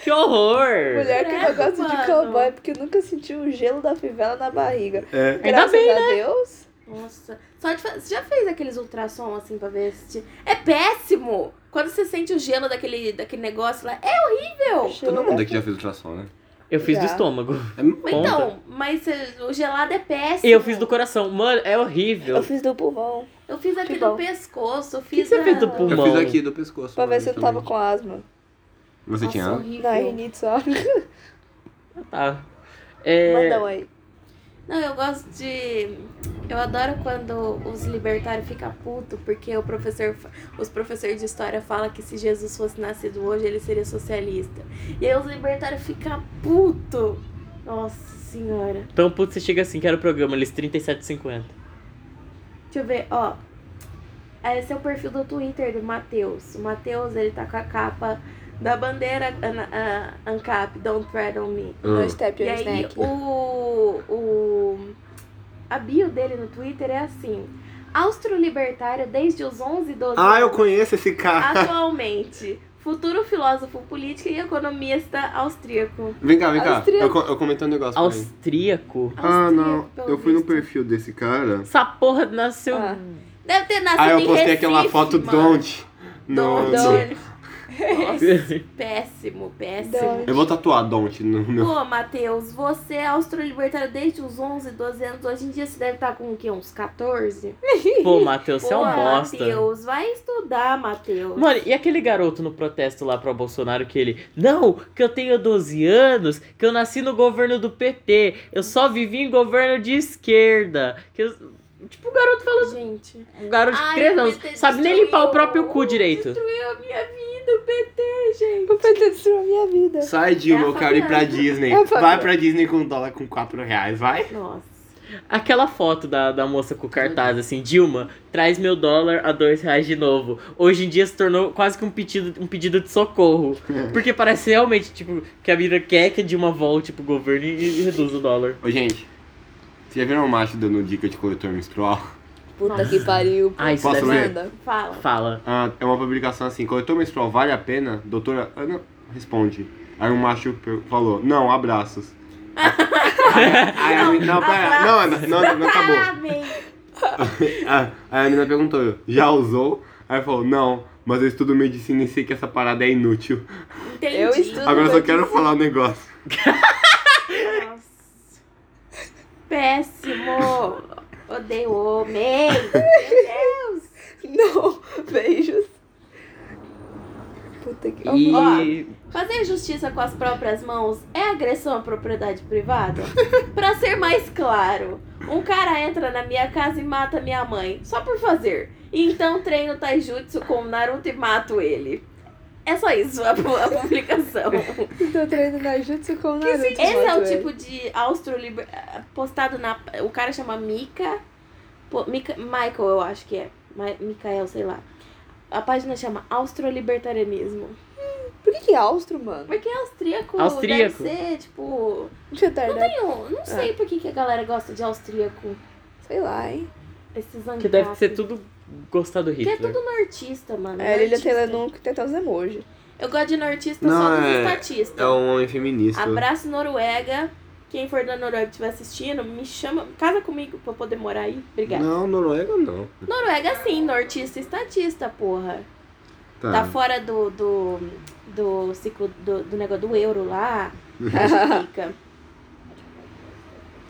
[SPEAKER 1] Que horror!
[SPEAKER 4] Mulher que não
[SPEAKER 2] Credo,
[SPEAKER 4] gosta de
[SPEAKER 2] mano.
[SPEAKER 4] cowboy porque nunca sentiu o gelo da fivela na barriga.
[SPEAKER 3] É.
[SPEAKER 4] Graças
[SPEAKER 1] bem,
[SPEAKER 4] a Deus.
[SPEAKER 2] Nossa. Só de fa- Você já fez aqueles ultrassom assim pra ver se. te- É péssimo! Quando você sente o gelo daquele, daquele negócio lá, é horrível!
[SPEAKER 4] Gelo
[SPEAKER 3] Todo
[SPEAKER 4] da-
[SPEAKER 3] mundo aqui já fez ultrassom, né?
[SPEAKER 1] Eu fiz do
[SPEAKER 4] Já.
[SPEAKER 1] estômago.
[SPEAKER 3] É
[SPEAKER 2] Mas
[SPEAKER 1] Conta.
[SPEAKER 2] então, mas eh, o gelado é péssimo.
[SPEAKER 1] E eu fiz do coração. Mano, é horrível.
[SPEAKER 4] Eu fiz do pulmão.
[SPEAKER 2] Eu fiz aqui
[SPEAKER 4] Que
[SPEAKER 2] do
[SPEAKER 4] bom.
[SPEAKER 2] pescoço, eu
[SPEAKER 1] O que
[SPEAKER 2] fiz.
[SPEAKER 1] você fez do
[SPEAKER 2] da-
[SPEAKER 1] pulmão?
[SPEAKER 3] Eu fiz aqui do pescoço.
[SPEAKER 4] Pra ver
[SPEAKER 3] mano,
[SPEAKER 4] se eu
[SPEAKER 3] também.
[SPEAKER 4] tava com asma.
[SPEAKER 3] Você
[SPEAKER 2] Nossa,
[SPEAKER 3] tinha asma?
[SPEAKER 2] horrível.
[SPEAKER 4] Na rinite só.
[SPEAKER 1] Tá. É,
[SPEAKER 4] Manda um aí.
[SPEAKER 2] Não, eu gosto de. Eu adoro quando os libertários ficam putos, porque o professor, os professores de história falam que se Jesus fosse nascido hoje, ele seria socialista. E aí os libertários ficam putos. Nossa senhora.
[SPEAKER 1] Então, puto, você chega assim, quero o programa, eles 37,50.
[SPEAKER 2] Deixa eu ver, ó. Esse é o perfil do Twitter do Matheus. O Matheus, ele tá com a capa da bandeira an- a- ANCAP, Don't Tread on Me.
[SPEAKER 4] No
[SPEAKER 3] Ah,
[SPEAKER 4] step
[SPEAKER 2] E
[SPEAKER 4] your
[SPEAKER 2] aí,
[SPEAKER 4] snack.
[SPEAKER 2] o, o. A bio dele no Twitter é assim: Austro-libertário desde os 11, 12
[SPEAKER 3] Ah, eu
[SPEAKER 2] anos,
[SPEAKER 3] conheço esse cara.
[SPEAKER 2] Atualmente, futuro filósofo político e economista austríaco.
[SPEAKER 3] Vem cá, vem cá.
[SPEAKER 4] Austríaco.
[SPEAKER 3] Eu, co- eu comentei um negócio pra ele.
[SPEAKER 1] Austríaco?
[SPEAKER 3] Ah, não.
[SPEAKER 2] Austríaco, pelo
[SPEAKER 3] Eu fui no
[SPEAKER 2] visto.
[SPEAKER 3] perfil desse cara.
[SPEAKER 1] Essa porra nasceu.
[SPEAKER 4] Ah.
[SPEAKER 2] Deve ter nascido
[SPEAKER 3] Aí Ah, eu
[SPEAKER 2] em
[SPEAKER 3] postei
[SPEAKER 2] Recife,
[SPEAKER 3] aquela foto
[SPEAKER 2] mano.
[SPEAKER 3] don't.
[SPEAKER 2] Don't.
[SPEAKER 3] No, no-
[SPEAKER 2] Péssimo, péssimo.
[SPEAKER 4] Don't.
[SPEAKER 3] Eu vou tatuar don't no meu.
[SPEAKER 2] Pô, Matheus, você é austro-libertário desde os 11, 12 anos. Hoje em dia você deve estar com o quê? Uns 14?
[SPEAKER 1] Pô, Matheus, você é
[SPEAKER 2] Pô,
[SPEAKER 1] um bosta.
[SPEAKER 2] Matheus, vai estudar, Matheus.
[SPEAKER 1] Mano, e aquele garoto no protesto lá pro Bolsonaro que ele. Não, que eu tenho 12 anos, que eu nasci no governo do PT, eu só vivi em governo de esquerda. Que eu- Tipo, o garoto falando.
[SPEAKER 2] Gente.
[SPEAKER 1] Um garoto de
[SPEAKER 2] Ai,
[SPEAKER 1] 13
[SPEAKER 2] o
[SPEAKER 1] anos.
[SPEAKER 2] PT
[SPEAKER 1] Sabe nem
[SPEAKER 2] destruiu.
[SPEAKER 1] limpar o próprio cu direito.
[SPEAKER 2] Destruiu a minha vida, o PT, gente.
[SPEAKER 4] O PT destruiu a minha vida.
[SPEAKER 3] Sai, Dilma,
[SPEAKER 2] É a
[SPEAKER 3] eu quero ir pra
[SPEAKER 2] faculdade.
[SPEAKER 3] Disney.
[SPEAKER 4] É a
[SPEAKER 3] vai
[SPEAKER 4] faculdade.
[SPEAKER 3] pra Disney com um dólar com 4 reais, vai.
[SPEAKER 2] Nossa.
[SPEAKER 1] Aquela foto da, da moça com o cartaz assim, Dilma, traz meu dólar a dois reais de novo. Hoje em dia se tornou quase que um pedido, um pedido de socorro. Porque parece realmente, tipo, que a vida quer que a Dilma volte pro governo e, e reduza o dólar.
[SPEAKER 3] Ô, gente, vocês já viram o macho dando dica de coletor menstrual?
[SPEAKER 4] Puta
[SPEAKER 2] Nossa.
[SPEAKER 4] que pariu.
[SPEAKER 1] Ah, isso
[SPEAKER 3] Posso
[SPEAKER 1] deve
[SPEAKER 3] ler?
[SPEAKER 1] ser.
[SPEAKER 4] Manda.
[SPEAKER 2] Fala.
[SPEAKER 1] Fala.
[SPEAKER 3] Ah, é uma publicação assim, coletor menstrual vale a pena? Doutora
[SPEAKER 5] ah,
[SPEAKER 3] Ana responde. Aí
[SPEAKER 5] um
[SPEAKER 3] o macho per- falou, não, abraços. Aí a menina, não, pera,
[SPEAKER 5] tá
[SPEAKER 3] não, Ana, não, não, não, acabou.
[SPEAKER 2] Parabéns.
[SPEAKER 3] Ah, Aí a menina perguntou, já usou? Aí
[SPEAKER 5] Aí falou, não, mas eu estudo medicina e sei que essa parada é inútil.
[SPEAKER 2] Entendi.
[SPEAKER 4] Eu estudo-
[SPEAKER 5] Agora eu só quero
[SPEAKER 4] medicina.
[SPEAKER 5] falar um negócio.
[SPEAKER 2] Nossa. Péssimo. Odeio homem.
[SPEAKER 4] Não, beijos. Puta que
[SPEAKER 1] E.
[SPEAKER 2] Fazer justiça com as próprias mãos é agressão à propriedade privada? Pra ser mais claro, um cara entra na minha casa e mata minha mãe, só por fazer. E então treino taijutsu com o Naruto e mato ele. É só isso a, a publicação.
[SPEAKER 4] Tô treinando na Jutsu com o Naruto.
[SPEAKER 2] Esse é o tipo de austro-liber... postado na... O cara chama Mika... Pô, Mika... Michael, eu acho que é. Ma... Mikael, sei lá. A página chama Austro-Libertarianismo. tipo-
[SPEAKER 4] Por que que é austro, mano?
[SPEAKER 2] Porque austríaco,
[SPEAKER 1] Austríaco.
[SPEAKER 2] deve ser, tipo...
[SPEAKER 4] Retardado.
[SPEAKER 2] Eu não
[SPEAKER 1] É.
[SPEAKER 2] sei por que, que a galera gosta de austríaco.
[SPEAKER 4] Sei lá, hein?
[SPEAKER 2] Esses angacos.
[SPEAKER 1] Que deve ser tudo né? gostar do
[SPEAKER 2] Que é
[SPEAKER 1] Hitler.
[SPEAKER 2] tudo nortista, mano.
[SPEAKER 4] É, a Lilia
[SPEAKER 2] nortista.
[SPEAKER 4] Taylor nunca tenta os emojis.
[SPEAKER 2] Eu gosto de nortista
[SPEAKER 5] Não,
[SPEAKER 2] só dos
[SPEAKER 5] é-
[SPEAKER 2] estatistas.
[SPEAKER 5] É um homem feminista.
[SPEAKER 2] Abraço Noruega. Quem for da Noruega e estiver assistindo, me chama, casa comigo pra eu poder morar aí. Obrigada.
[SPEAKER 5] Não, Noruega não.
[SPEAKER 2] Noruega sim, nortista e estatista, porra.
[SPEAKER 5] Tá.
[SPEAKER 2] Tá fora do, do, do ciclo do, do negócio do euro lá. Acho que fica.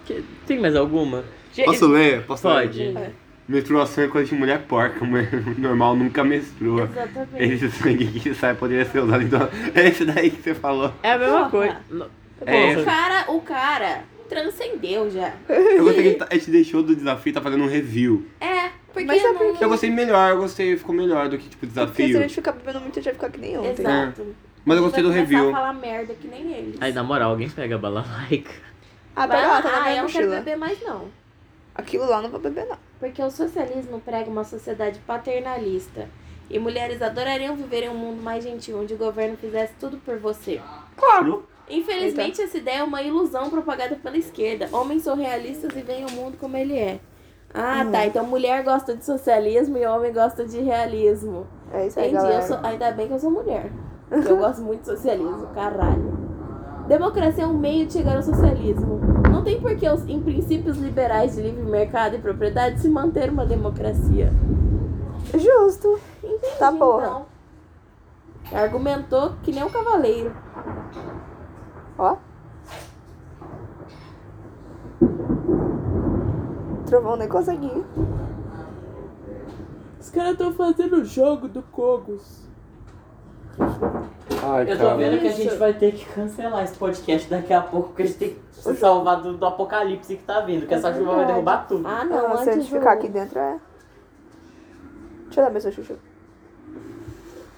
[SPEAKER 1] Que- Tem mais alguma? Ge-
[SPEAKER 5] Posso ler? Posso
[SPEAKER 1] Pode.
[SPEAKER 5] ler?
[SPEAKER 2] É,
[SPEAKER 5] Menstruação é coisa de mulher porca. Mulher normal nunca menstrua.
[SPEAKER 2] É, Exatamente.
[SPEAKER 5] Esse sangue É que sai poderia ser usado então. É esse daí que você falou.
[SPEAKER 1] É a mesma
[SPEAKER 2] Porra.
[SPEAKER 1] coisa. No-
[SPEAKER 5] É.
[SPEAKER 2] O cara, o cara transcendeu já.
[SPEAKER 5] Eu gostei que ele tá- a gente deixou do desafio e tá fazendo um review.
[SPEAKER 2] É, porque
[SPEAKER 4] Mas é
[SPEAKER 2] não...
[SPEAKER 4] porque-
[SPEAKER 5] Eu gostei melhor, eu gostei, ficou melhor do que tipo
[SPEAKER 4] Porque se a
[SPEAKER 5] desafio.
[SPEAKER 4] gente ficar bebendo muito, a gente vai ficar que nem ontem.
[SPEAKER 2] Exato.
[SPEAKER 5] Mas eu gostei do
[SPEAKER 2] Vai começar
[SPEAKER 5] review.
[SPEAKER 2] a falar merda que nem eles.
[SPEAKER 1] Aí, na moral, alguém pega a balalaica.
[SPEAKER 4] Ah,
[SPEAKER 2] Vai
[SPEAKER 4] pega
[SPEAKER 2] lá,
[SPEAKER 4] lá, tá na
[SPEAKER 2] ah, eu
[SPEAKER 4] minha
[SPEAKER 2] não quero
[SPEAKER 4] mochila.
[SPEAKER 2] beber mais não.
[SPEAKER 4] Aquilo lá eu não vou beber, não.
[SPEAKER 2] Porque o socialismo prega uma sociedade paternalista. E mulheres adorariam viver em um mundo mais gentil, onde o governo fizesse tudo por você.
[SPEAKER 5] Claro.
[SPEAKER 2] Infelizmente, essa ideia é uma ilusão propagada pela esquerda. Homens são realistas e veem o mundo como ele é. Ah,
[SPEAKER 4] Hum.
[SPEAKER 2] tá. Então mulher gosta de socialismo e homem gosta de realismo.
[SPEAKER 4] É isso aí,
[SPEAKER 2] Entendi, eu
[SPEAKER 4] galera.
[SPEAKER 2] sou, ainda bem que eu sou mulher. Porque eu gosto muito de socialismo, caralho. Democracia é um meio de chegar ao socialismo. Não tem por que, os, em princípios liberais de livre mercado e propriedade, se manter uma democracia.
[SPEAKER 4] Justo. Tá porra.
[SPEAKER 2] Então, argumentou que nem um cavaleiro.
[SPEAKER 4] Ó. Trovão nem consegui.
[SPEAKER 2] Os caras estão fazendo o jogo do Cogos.
[SPEAKER 5] Ai,
[SPEAKER 1] Eu tô vendo que a
[SPEAKER 2] Então, Isso.
[SPEAKER 1] gente vai ter que cancelar esse podcast daqui a pouco, porque a gente tem que se salvar do, do apocalipse que tá vindo, que essa chuva vai
[SPEAKER 2] É verdade.
[SPEAKER 1] derrubar tudo.
[SPEAKER 2] Ah,
[SPEAKER 4] Não,
[SPEAKER 2] não,
[SPEAKER 4] se a
[SPEAKER 2] antes
[SPEAKER 4] gente
[SPEAKER 2] do...
[SPEAKER 4] ficar aqui dentro é. Deixa eu dar meu seu chuchu.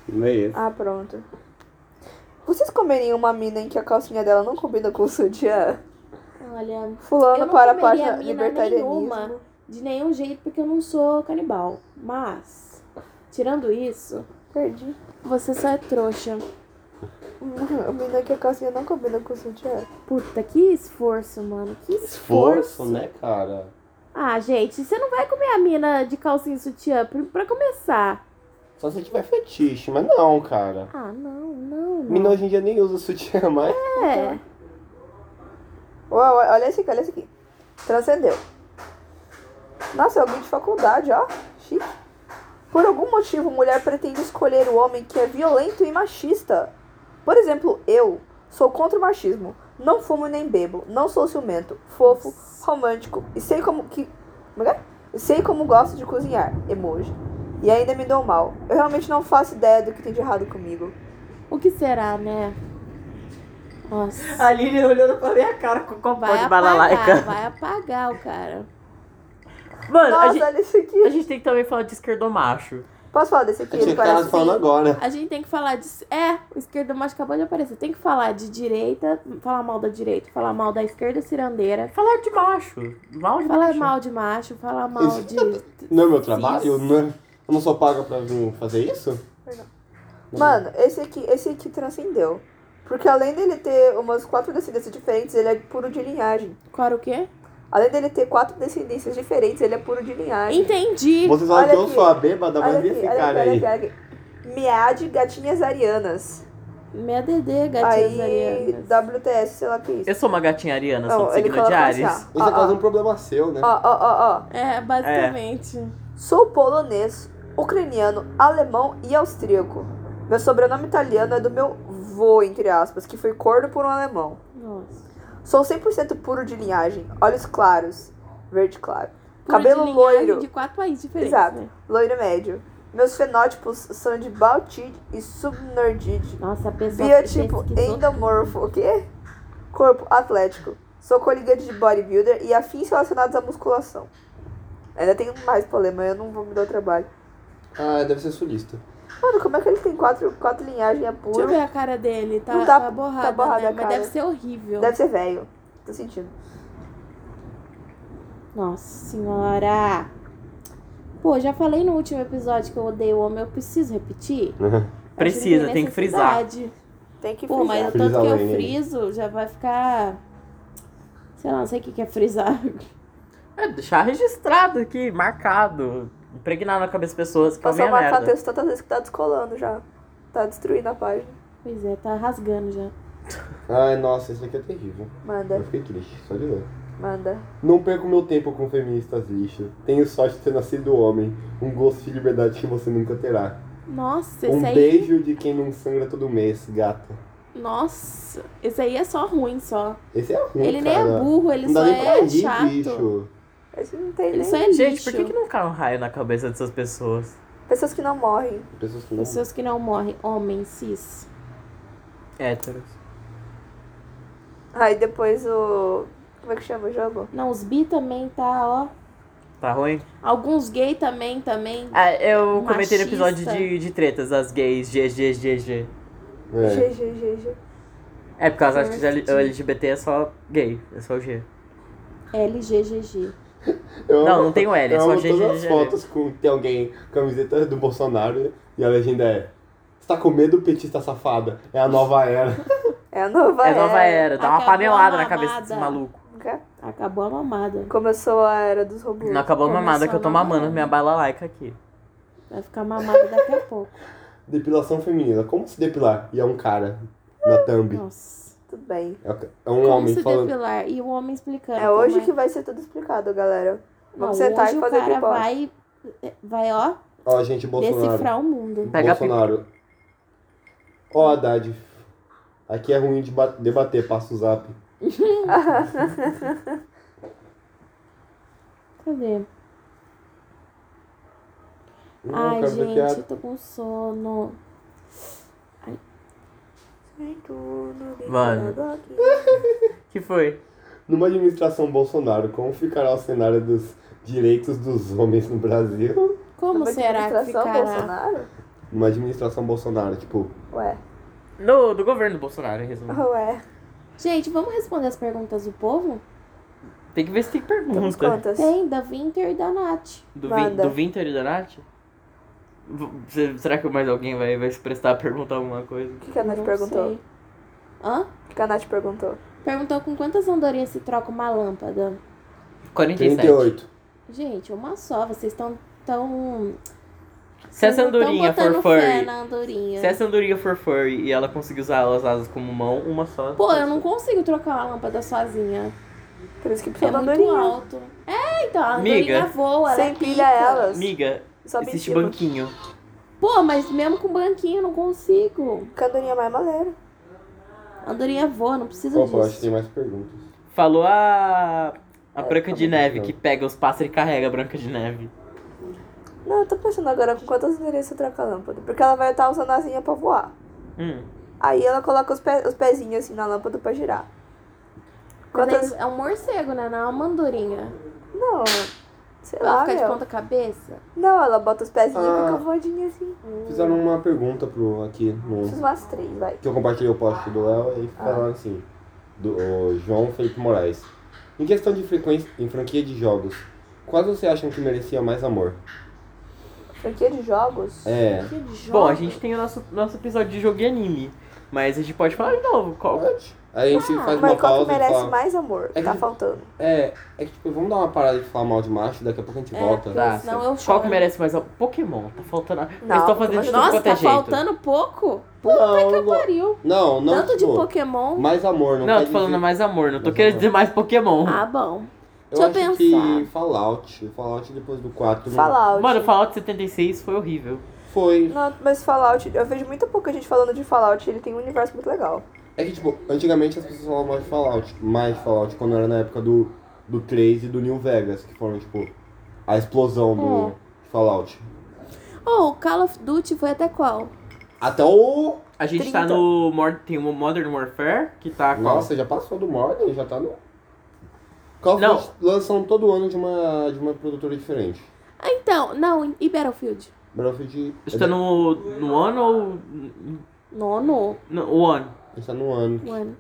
[SPEAKER 5] Leia.
[SPEAKER 4] Ah, pronto. Vocês comeriam uma mina em que a calcinha dela não combina com o sutiã?
[SPEAKER 2] Olha, eu
[SPEAKER 4] Fulano
[SPEAKER 2] não
[SPEAKER 4] para a
[SPEAKER 2] comeria
[SPEAKER 4] página
[SPEAKER 2] mina nenhuma.
[SPEAKER 4] libertarianismo.
[SPEAKER 2] de nenhum jeito, porque eu não sou canibal. Mas, tirando isso...
[SPEAKER 4] Perdi.
[SPEAKER 2] Você só é trouxa. Hum.
[SPEAKER 4] Uma mina que a calcinha não combina com o sutiã.
[SPEAKER 2] Puta, que esforço, mano. Que esforço.
[SPEAKER 5] né, cara?
[SPEAKER 2] Ah, gente, você não vai comer a mina de calcinha e sutiã pr- pra começar.
[SPEAKER 5] Só se tiver fetiche, mas não, cara.
[SPEAKER 2] Ah, não, não, não.
[SPEAKER 5] Mina hoje em dia nem usa sutiã mais.
[SPEAKER 2] É.
[SPEAKER 4] Uau, olha esse aqui, olha esse aqui. Transcendeu. Nossa, é alguém de faculdade, ó. Chique. Por algum motivo, mulher pretende escolher o homem que é violento e machista. Por exemplo, eu sou contra o machismo. Não fumo nem bebo. Não sou ciumento, fofo, romântico e sei como que. como é que é? E Sei como gosto de cozinhar. Emoji. E ainda me dou mal. Eu realmente não faço ideia do que tem de errado comigo.
[SPEAKER 2] O que será, né? Nossa.
[SPEAKER 1] A Lilian olhando pra minha cara com o copão
[SPEAKER 2] Vai
[SPEAKER 1] de
[SPEAKER 2] apagar,
[SPEAKER 1] balalaica.
[SPEAKER 2] vai apagar o cara.
[SPEAKER 1] Mano, a,
[SPEAKER 4] Nossa,
[SPEAKER 1] gente,
[SPEAKER 4] olha esse
[SPEAKER 1] a
[SPEAKER 4] aqui.
[SPEAKER 1] gente tem que também falar de esquerdomacho.
[SPEAKER 4] Posso falar desse aqui?
[SPEAKER 5] Eu tinha
[SPEAKER 4] Ele
[SPEAKER 3] tá
[SPEAKER 5] que estar
[SPEAKER 4] parece.
[SPEAKER 5] falando agora.
[SPEAKER 2] A gente tem que falar de... É, o esquerdo macho acabou de aparecer. Tem que falar de direita, falar mal da direita, falar mal da esquerda cirandeira,
[SPEAKER 1] Falar de macho. Mal de
[SPEAKER 2] falar
[SPEAKER 1] macho.
[SPEAKER 2] mal de macho, falar mal de...
[SPEAKER 5] Não é meu trabalho? Não é- Eu não sou paga pra vir fazer isso?
[SPEAKER 4] Mano, esse aqui, esse aqui transcendeu. Porque além dele ter umas quatro descendências diferentes, ele é puro de linhagem.
[SPEAKER 2] Claro o quê?
[SPEAKER 4] Além dele ter quatro descendências diferentes, ele é puro de
[SPEAKER 2] Então,
[SPEAKER 4] linhagem.
[SPEAKER 2] Entendi.
[SPEAKER 5] Vocês falam
[SPEAKER 4] Olha
[SPEAKER 5] que eu
[SPEAKER 4] aqui.
[SPEAKER 5] sou a bêbada, Então, mas
[SPEAKER 4] Olha
[SPEAKER 5] e
[SPEAKER 4] aqui,
[SPEAKER 5] esse
[SPEAKER 4] olha aqui,
[SPEAKER 5] cara
[SPEAKER 4] olha
[SPEAKER 5] aí?
[SPEAKER 4] aqui, olha aqui. Miade gatinhas arianas.
[SPEAKER 2] Minha DD, gatinhas
[SPEAKER 4] Aí,
[SPEAKER 2] arianas.
[SPEAKER 4] WTS, sei lá o que é isso.
[SPEAKER 1] Eu sou uma gatinha ariana, sou
[SPEAKER 4] Não,
[SPEAKER 1] do
[SPEAKER 4] ele
[SPEAKER 1] signo de
[SPEAKER 4] coloca
[SPEAKER 1] Ares.
[SPEAKER 4] assim,
[SPEAKER 5] Esse é
[SPEAKER 4] ó.
[SPEAKER 5] quase um problema seu, né?
[SPEAKER 4] Ó, ó, ó, ó.
[SPEAKER 2] É, basicamente.
[SPEAKER 4] Sou polonês, ucraniano, alemão e austríaco. Meu sobrenome italiano é do meu vô, entre aspas, que foi corno por um alemão.
[SPEAKER 2] Nossa.
[SPEAKER 4] Sou 100% puro de linhagem, olhos claros, verde claro.
[SPEAKER 2] Puro
[SPEAKER 4] cabelo
[SPEAKER 2] de linhagem
[SPEAKER 4] loiro,
[SPEAKER 2] De quatro países diferentes.
[SPEAKER 4] Exato.
[SPEAKER 2] né?
[SPEAKER 4] loiro médio. Meus fenótipos são de Baltid e Subnordid.
[SPEAKER 2] Nossa, a pessoa.
[SPEAKER 4] Biotipo
[SPEAKER 2] pesquisou
[SPEAKER 4] endomorfo, o quê? Corpo atlético. Sou coligante de bodybuilder e afins relacionados à musculação. Ainda tem mais problema, eu não vou me dar o trabalho.
[SPEAKER 3] Ah, deve ser sulista.
[SPEAKER 4] Mano, como é que ele tem quatro, quatro linhagens é
[SPEAKER 2] Deixa eu
[SPEAKER 4] puro?
[SPEAKER 2] ver a cara dele, tá,
[SPEAKER 4] Não
[SPEAKER 2] tá,
[SPEAKER 4] tá-
[SPEAKER 2] borrada,
[SPEAKER 4] tá borrada
[SPEAKER 2] né?
[SPEAKER 4] a
[SPEAKER 2] Mas
[SPEAKER 4] cara.
[SPEAKER 2] deve ser horrível.
[SPEAKER 4] Deve ser velho. Tô sentindo.
[SPEAKER 2] Nossa senhora! Pô, já falei no último episódio que eu odeio homem, eu preciso repetir?
[SPEAKER 1] Precisa,
[SPEAKER 2] Acho
[SPEAKER 1] tem que frisar.
[SPEAKER 2] necessidade.
[SPEAKER 4] Tem que
[SPEAKER 2] Pô, mas o
[SPEAKER 4] frisar.
[SPEAKER 5] Frisa
[SPEAKER 2] tanto que
[SPEAKER 5] bem,
[SPEAKER 2] eu
[SPEAKER 5] né?
[SPEAKER 2] friso já vai ficar... Sei lá, não sei o que que é frisar.
[SPEAKER 1] É, deixar registrado aqui, marcado. Impregnar na cabeça das pessoas que fazem
[SPEAKER 4] Passou o
[SPEAKER 1] Tá a merda.
[SPEAKER 4] Matheus tantas vezes que tá descolando já. Tá destruindo a página.
[SPEAKER 2] Pois é, tá rasgando já.
[SPEAKER 3] Ai, nossa, isso daqui é terrível. Eu
[SPEAKER 4] Manda,
[SPEAKER 3] fiquei triste, só de ler.
[SPEAKER 4] manda.
[SPEAKER 3] Não perco meu tempo com feministas lixo. Tenho sorte de ter nascido homem. Um gosto de liberdade que você nunca terá.
[SPEAKER 2] Nossa,
[SPEAKER 3] Um
[SPEAKER 2] esse aí...
[SPEAKER 3] beijo de quem não sangra todo mês, gata.
[SPEAKER 2] Nossa, esse aí é só ruim, só.
[SPEAKER 3] Esse é ruim,
[SPEAKER 2] ele
[SPEAKER 3] cara.
[SPEAKER 2] nem é burro, ele
[SPEAKER 3] não
[SPEAKER 2] só
[SPEAKER 3] dá nem pra
[SPEAKER 2] é
[SPEAKER 3] rir,
[SPEAKER 2] chato.
[SPEAKER 3] bicho.
[SPEAKER 4] Esse não tem
[SPEAKER 2] Ele
[SPEAKER 4] nem.
[SPEAKER 2] só é lixo.
[SPEAKER 1] Gente, por que, que não cai um raio na cabeça dessas pessoas?
[SPEAKER 4] Pessoas que não morrem.
[SPEAKER 3] Pessoas que não...
[SPEAKER 2] Pessoas que não morrem, homens, cis.
[SPEAKER 1] Héteros.
[SPEAKER 4] Aí depois o. Como é que chama o jogo?
[SPEAKER 2] Não, os bi também tá, ó.
[SPEAKER 1] Tá ruim?
[SPEAKER 2] Alguns gay também, também.
[SPEAKER 1] Ah, eu comentei no
[SPEAKER 2] Machista.
[SPEAKER 1] episódio de, de tretas, as gays, GG, GG.
[SPEAKER 3] É.
[SPEAKER 4] GG,
[SPEAKER 1] É, porque elas acham que o LGBT é só gay, é só o G.
[SPEAKER 2] LGGG.
[SPEAKER 3] Eu
[SPEAKER 1] Não,
[SPEAKER 3] amo-
[SPEAKER 1] não tem o L, é
[SPEAKER 3] eu
[SPEAKER 1] só
[SPEAKER 3] amo
[SPEAKER 1] G,
[SPEAKER 3] todas
[SPEAKER 1] G,
[SPEAKER 3] as
[SPEAKER 1] G.
[SPEAKER 3] fotos com tem alguém camiseta do Bolsonaro e a legenda é Você tá com medo, petista safada? É a nova era.
[SPEAKER 4] É a nova
[SPEAKER 1] É nova era, dá uma
[SPEAKER 2] Acabou a
[SPEAKER 1] panelada na cabeça
[SPEAKER 2] mamada.
[SPEAKER 1] desse maluco.
[SPEAKER 4] Nunca
[SPEAKER 2] Acabou a mamada.
[SPEAKER 4] Começou a era dos robôs.
[SPEAKER 1] Não acabou a
[SPEAKER 2] Começou
[SPEAKER 1] mamada que eu tô
[SPEAKER 2] a mamada.
[SPEAKER 1] mamando minha balalaica aqui.
[SPEAKER 2] Vai ficar mamada daqui a pouco.
[SPEAKER 3] Depilação feminina. Como se depilar? E é um cara na thumb.
[SPEAKER 2] Nossa.
[SPEAKER 4] Tudo bem.
[SPEAKER 3] É o- é um
[SPEAKER 2] Como
[SPEAKER 3] homem
[SPEAKER 2] se
[SPEAKER 3] falando.
[SPEAKER 2] depilar? E o homem explicando.
[SPEAKER 4] É hoje
[SPEAKER 2] como
[SPEAKER 4] que vai ser tudo explicado, galera.
[SPEAKER 2] Não,
[SPEAKER 4] Vamos sentar
[SPEAKER 2] hoje
[SPEAKER 4] e fazer
[SPEAKER 2] o cara
[SPEAKER 4] pipoca.
[SPEAKER 2] vai, vai, ó,
[SPEAKER 3] Ó, gente, Bolsonaro.
[SPEAKER 2] decifrar o mundo.
[SPEAKER 1] Pega a
[SPEAKER 3] Bolsonaro. Ó, Haddad. Aqui é ruim de ba- debater, passa o zap.
[SPEAKER 2] Cadê?
[SPEAKER 3] Não,
[SPEAKER 2] Ai,
[SPEAKER 3] quero ver que é-
[SPEAKER 2] gente, eu tô com sono.
[SPEAKER 1] Mano. Que foi?
[SPEAKER 3] Numa administração Bolsonaro, como ficará o cenário dos direitos dos homens no Brasil?
[SPEAKER 2] Como
[SPEAKER 4] Nova
[SPEAKER 2] será que
[SPEAKER 4] administração,
[SPEAKER 2] ficará?
[SPEAKER 4] Bolsonaro?
[SPEAKER 3] Numa administração Bolsonaro, tipo,
[SPEAKER 4] Ué.
[SPEAKER 1] No, do governo do Bolsonaro, em resumo.
[SPEAKER 4] Ué.
[SPEAKER 2] Gente, vamos responder as perguntas do povo?
[SPEAKER 1] Tem que ver se tem
[SPEAKER 4] Temos
[SPEAKER 1] pergunta.
[SPEAKER 4] quantas?
[SPEAKER 2] Tem, da Winter e da Nath.
[SPEAKER 1] Do, vin
[SPEAKER 4] Manda.
[SPEAKER 1] do Vinter e da Nath? V- se- Será que mais alguém vai, vai se prestar a perguntar alguma coisa?
[SPEAKER 4] O que, que a Nath
[SPEAKER 2] Não
[SPEAKER 4] perguntou?
[SPEAKER 2] sei. Hã?
[SPEAKER 4] O que, que a Nath perguntou?
[SPEAKER 2] Perguntou com quantas andorinhas se troca uma lâmpada.
[SPEAKER 1] 47.
[SPEAKER 3] 38.
[SPEAKER 2] Gente, uma só. Vocês estão tão...
[SPEAKER 1] Se essa
[SPEAKER 2] vocês não tão
[SPEAKER 1] andorinha for
[SPEAKER 2] botando fé
[SPEAKER 1] furry,
[SPEAKER 2] na andorinha.
[SPEAKER 1] se essa andorinha for furry e ela conseguir usar as asas como mão, uma só.
[SPEAKER 2] Pô, eu não consigo trocar uma lâmpada sozinha.
[SPEAKER 4] Por isso que
[SPEAKER 2] É
[SPEAKER 4] precisa da
[SPEAKER 2] muito
[SPEAKER 4] andorinha.
[SPEAKER 2] alto. É, então, a
[SPEAKER 1] Miga.
[SPEAKER 2] andorinha voa, ela
[SPEAKER 4] Você
[SPEAKER 2] pica.
[SPEAKER 4] empilha elas.
[SPEAKER 1] Miga,
[SPEAKER 4] Só
[SPEAKER 1] existe
[SPEAKER 4] mentira.
[SPEAKER 1] banquinho.
[SPEAKER 2] Pô, mas mesmo com banquinho eu não consigo.
[SPEAKER 4] Que a andorinha é mais maneira.
[SPEAKER 2] A andorinha voa, não precisa
[SPEAKER 3] Opa, acho que
[SPEAKER 2] disso.
[SPEAKER 3] tem mais perguntas.
[SPEAKER 1] Falou a. A
[SPEAKER 2] É,
[SPEAKER 1] Branca
[SPEAKER 2] tá
[SPEAKER 1] de
[SPEAKER 3] acabou
[SPEAKER 1] Neve,
[SPEAKER 3] de
[SPEAKER 1] que pega os pássaros e carrega a Branca de Neve.
[SPEAKER 4] Não, eu tô pensando agora com quantas andorinhas você troca a lâmpada. Porque ela vai estar usando a asinha pra voar.
[SPEAKER 1] Hum.
[SPEAKER 4] Aí ela coloca os, pe- os pezinhos assim na lâmpada pra girar. Quantas.
[SPEAKER 2] É um morcego, né? Não é uma andorinha.
[SPEAKER 4] Não. Sei
[SPEAKER 2] Ela
[SPEAKER 4] lá,
[SPEAKER 2] fica de
[SPEAKER 4] meu.
[SPEAKER 2] ponta cabeça.
[SPEAKER 4] Não, ela bota os pezinhos
[SPEAKER 3] Ah.
[SPEAKER 4] e fica voadinha assim.
[SPEAKER 3] Fizeram uma pergunta pro aqui no
[SPEAKER 4] Preciso umas três, vai.
[SPEAKER 3] que eu compartilhei o post do Léo e falaram assim, do o João Felipe Moraes. Em questão de frequência em franquia de jogos, quais você acham que merecia mais amor?
[SPEAKER 4] Franquia de jogos?
[SPEAKER 3] É.
[SPEAKER 4] Franquia de jogos?
[SPEAKER 1] Bom, a gente tem o nosso, nosso episódio de jogo e anime. Mas a gente pode falar de novo. Qual,
[SPEAKER 3] Aí a gente
[SPEAKER 2] Ah,
[SPEAKER 3] faz uma
[SPEAKER 4] Mas qual que
[SPEAKER 3] pausa e
[SPEAKER 4] merece
[SPEAKER 3] fala.
[SPEAKER 4] mais amor?
[SPEAKER 3] É
[SPEAKER 4] Tá
[SPEAKER 3] que-
[SPEAKER 4] faltando.
[SPEAKER 3] É, é que tipo, vamos dar uma parada de falar mal de macho, daqui a pouco a gente volta.
[SPEAKER 1] Tá.
[SPEAKER 2] porque senão eu
[SPEAKER 1] qual
[SPEAKER 2] choro.
[SPEAKER 1] que merece mais? amor? Pokémon, tá faltando. a- Eles
[SPEAKER 4] Não,
[SPEAKER 1] estão fazendo
[SPEAKER 4] mas-
[SPEAKER 1] de tudo
[SPEAKER 2] Nossa,
[SPEAKER 1] quanto é
[SPEAKER 2] tá
[SPEAKER 1] jeito.
[SPEAKER 2] faltando pouco.
[SPEAKER 3] não, não,
[SPEAKER 2] Pariu.
[SPEAKER 3] não, não,
[SPEAKER 2] Tanto de
[SPEAKER 3] tipo,
[SPEAKER 2] Pokémon.
[SPEAKER 3] mais amor, não
[SPEAKER 1] Não, eu
[SPEAKER 3] quer
[SPEAKER 1] tô falando
[SPEAKER 3] dizer-
[SPEAKER 1] mais amor, não tô
[SPEAKER 3] Mais
[SPEAKER 1] querendo
[SPEAKER 3] amor.
[SPEAKER 1] dizer mais Pokémon.
[SPEAKER 2] Ah, bom.
[SPEAKER 3] Eu
[SPEAKER 2] Deixa eu
[SPEAKER 3] acho que
[SPEAKER 2] pensar.
[SPEAKER 3] Fallout. Fallout depois do 4. não-
[SPEAKER 4] Fallout.
[SPEAKER 1] Mano, Fallout 76 foi horrível.
[SPEAKER 3] Foi.
[SPEAKER 4] Não, mas Fallout, eu vejo muito pouca gente falando de Fallout, ele tem um universo muito legal.
[SPEAKER 3] É que, tipo, antigamente as pessoas falavam mais de Fallout. Mais de Fallout quando era na época do, do 3 e do New Vegas, que foram, tipo, a explosão do Fallout.
[SPEAKER 2] Oh, o Call of Duty foi até qual?
[SPEAKER 3] Até o.
[SPEAKER 1] A gente tá
[SPEAKER 4] 30.
[SPEAKER 1] no. Mor- Tem o Modern Warfare, que tá qual?
[SPEAKER 3] Nossa, já passou do Modern, já tá no. Call of
[SPEAKER 1] Não.
[SPEAKER 3] Duty lançam todo ano de uma, de uma produtora diferente.
[SPEAKER 2] Ah, então, não, e Battlefield?
[SPEAKER 3] Battlefield.
[SPEAKER 1] A gente tá no. no ano ou.
[SPEAKER 2] Nono,
[SPEAKER 1] No, o ano?
[SPEAKER 3] A gente tá no ano.
[SPEAKER 2] mano.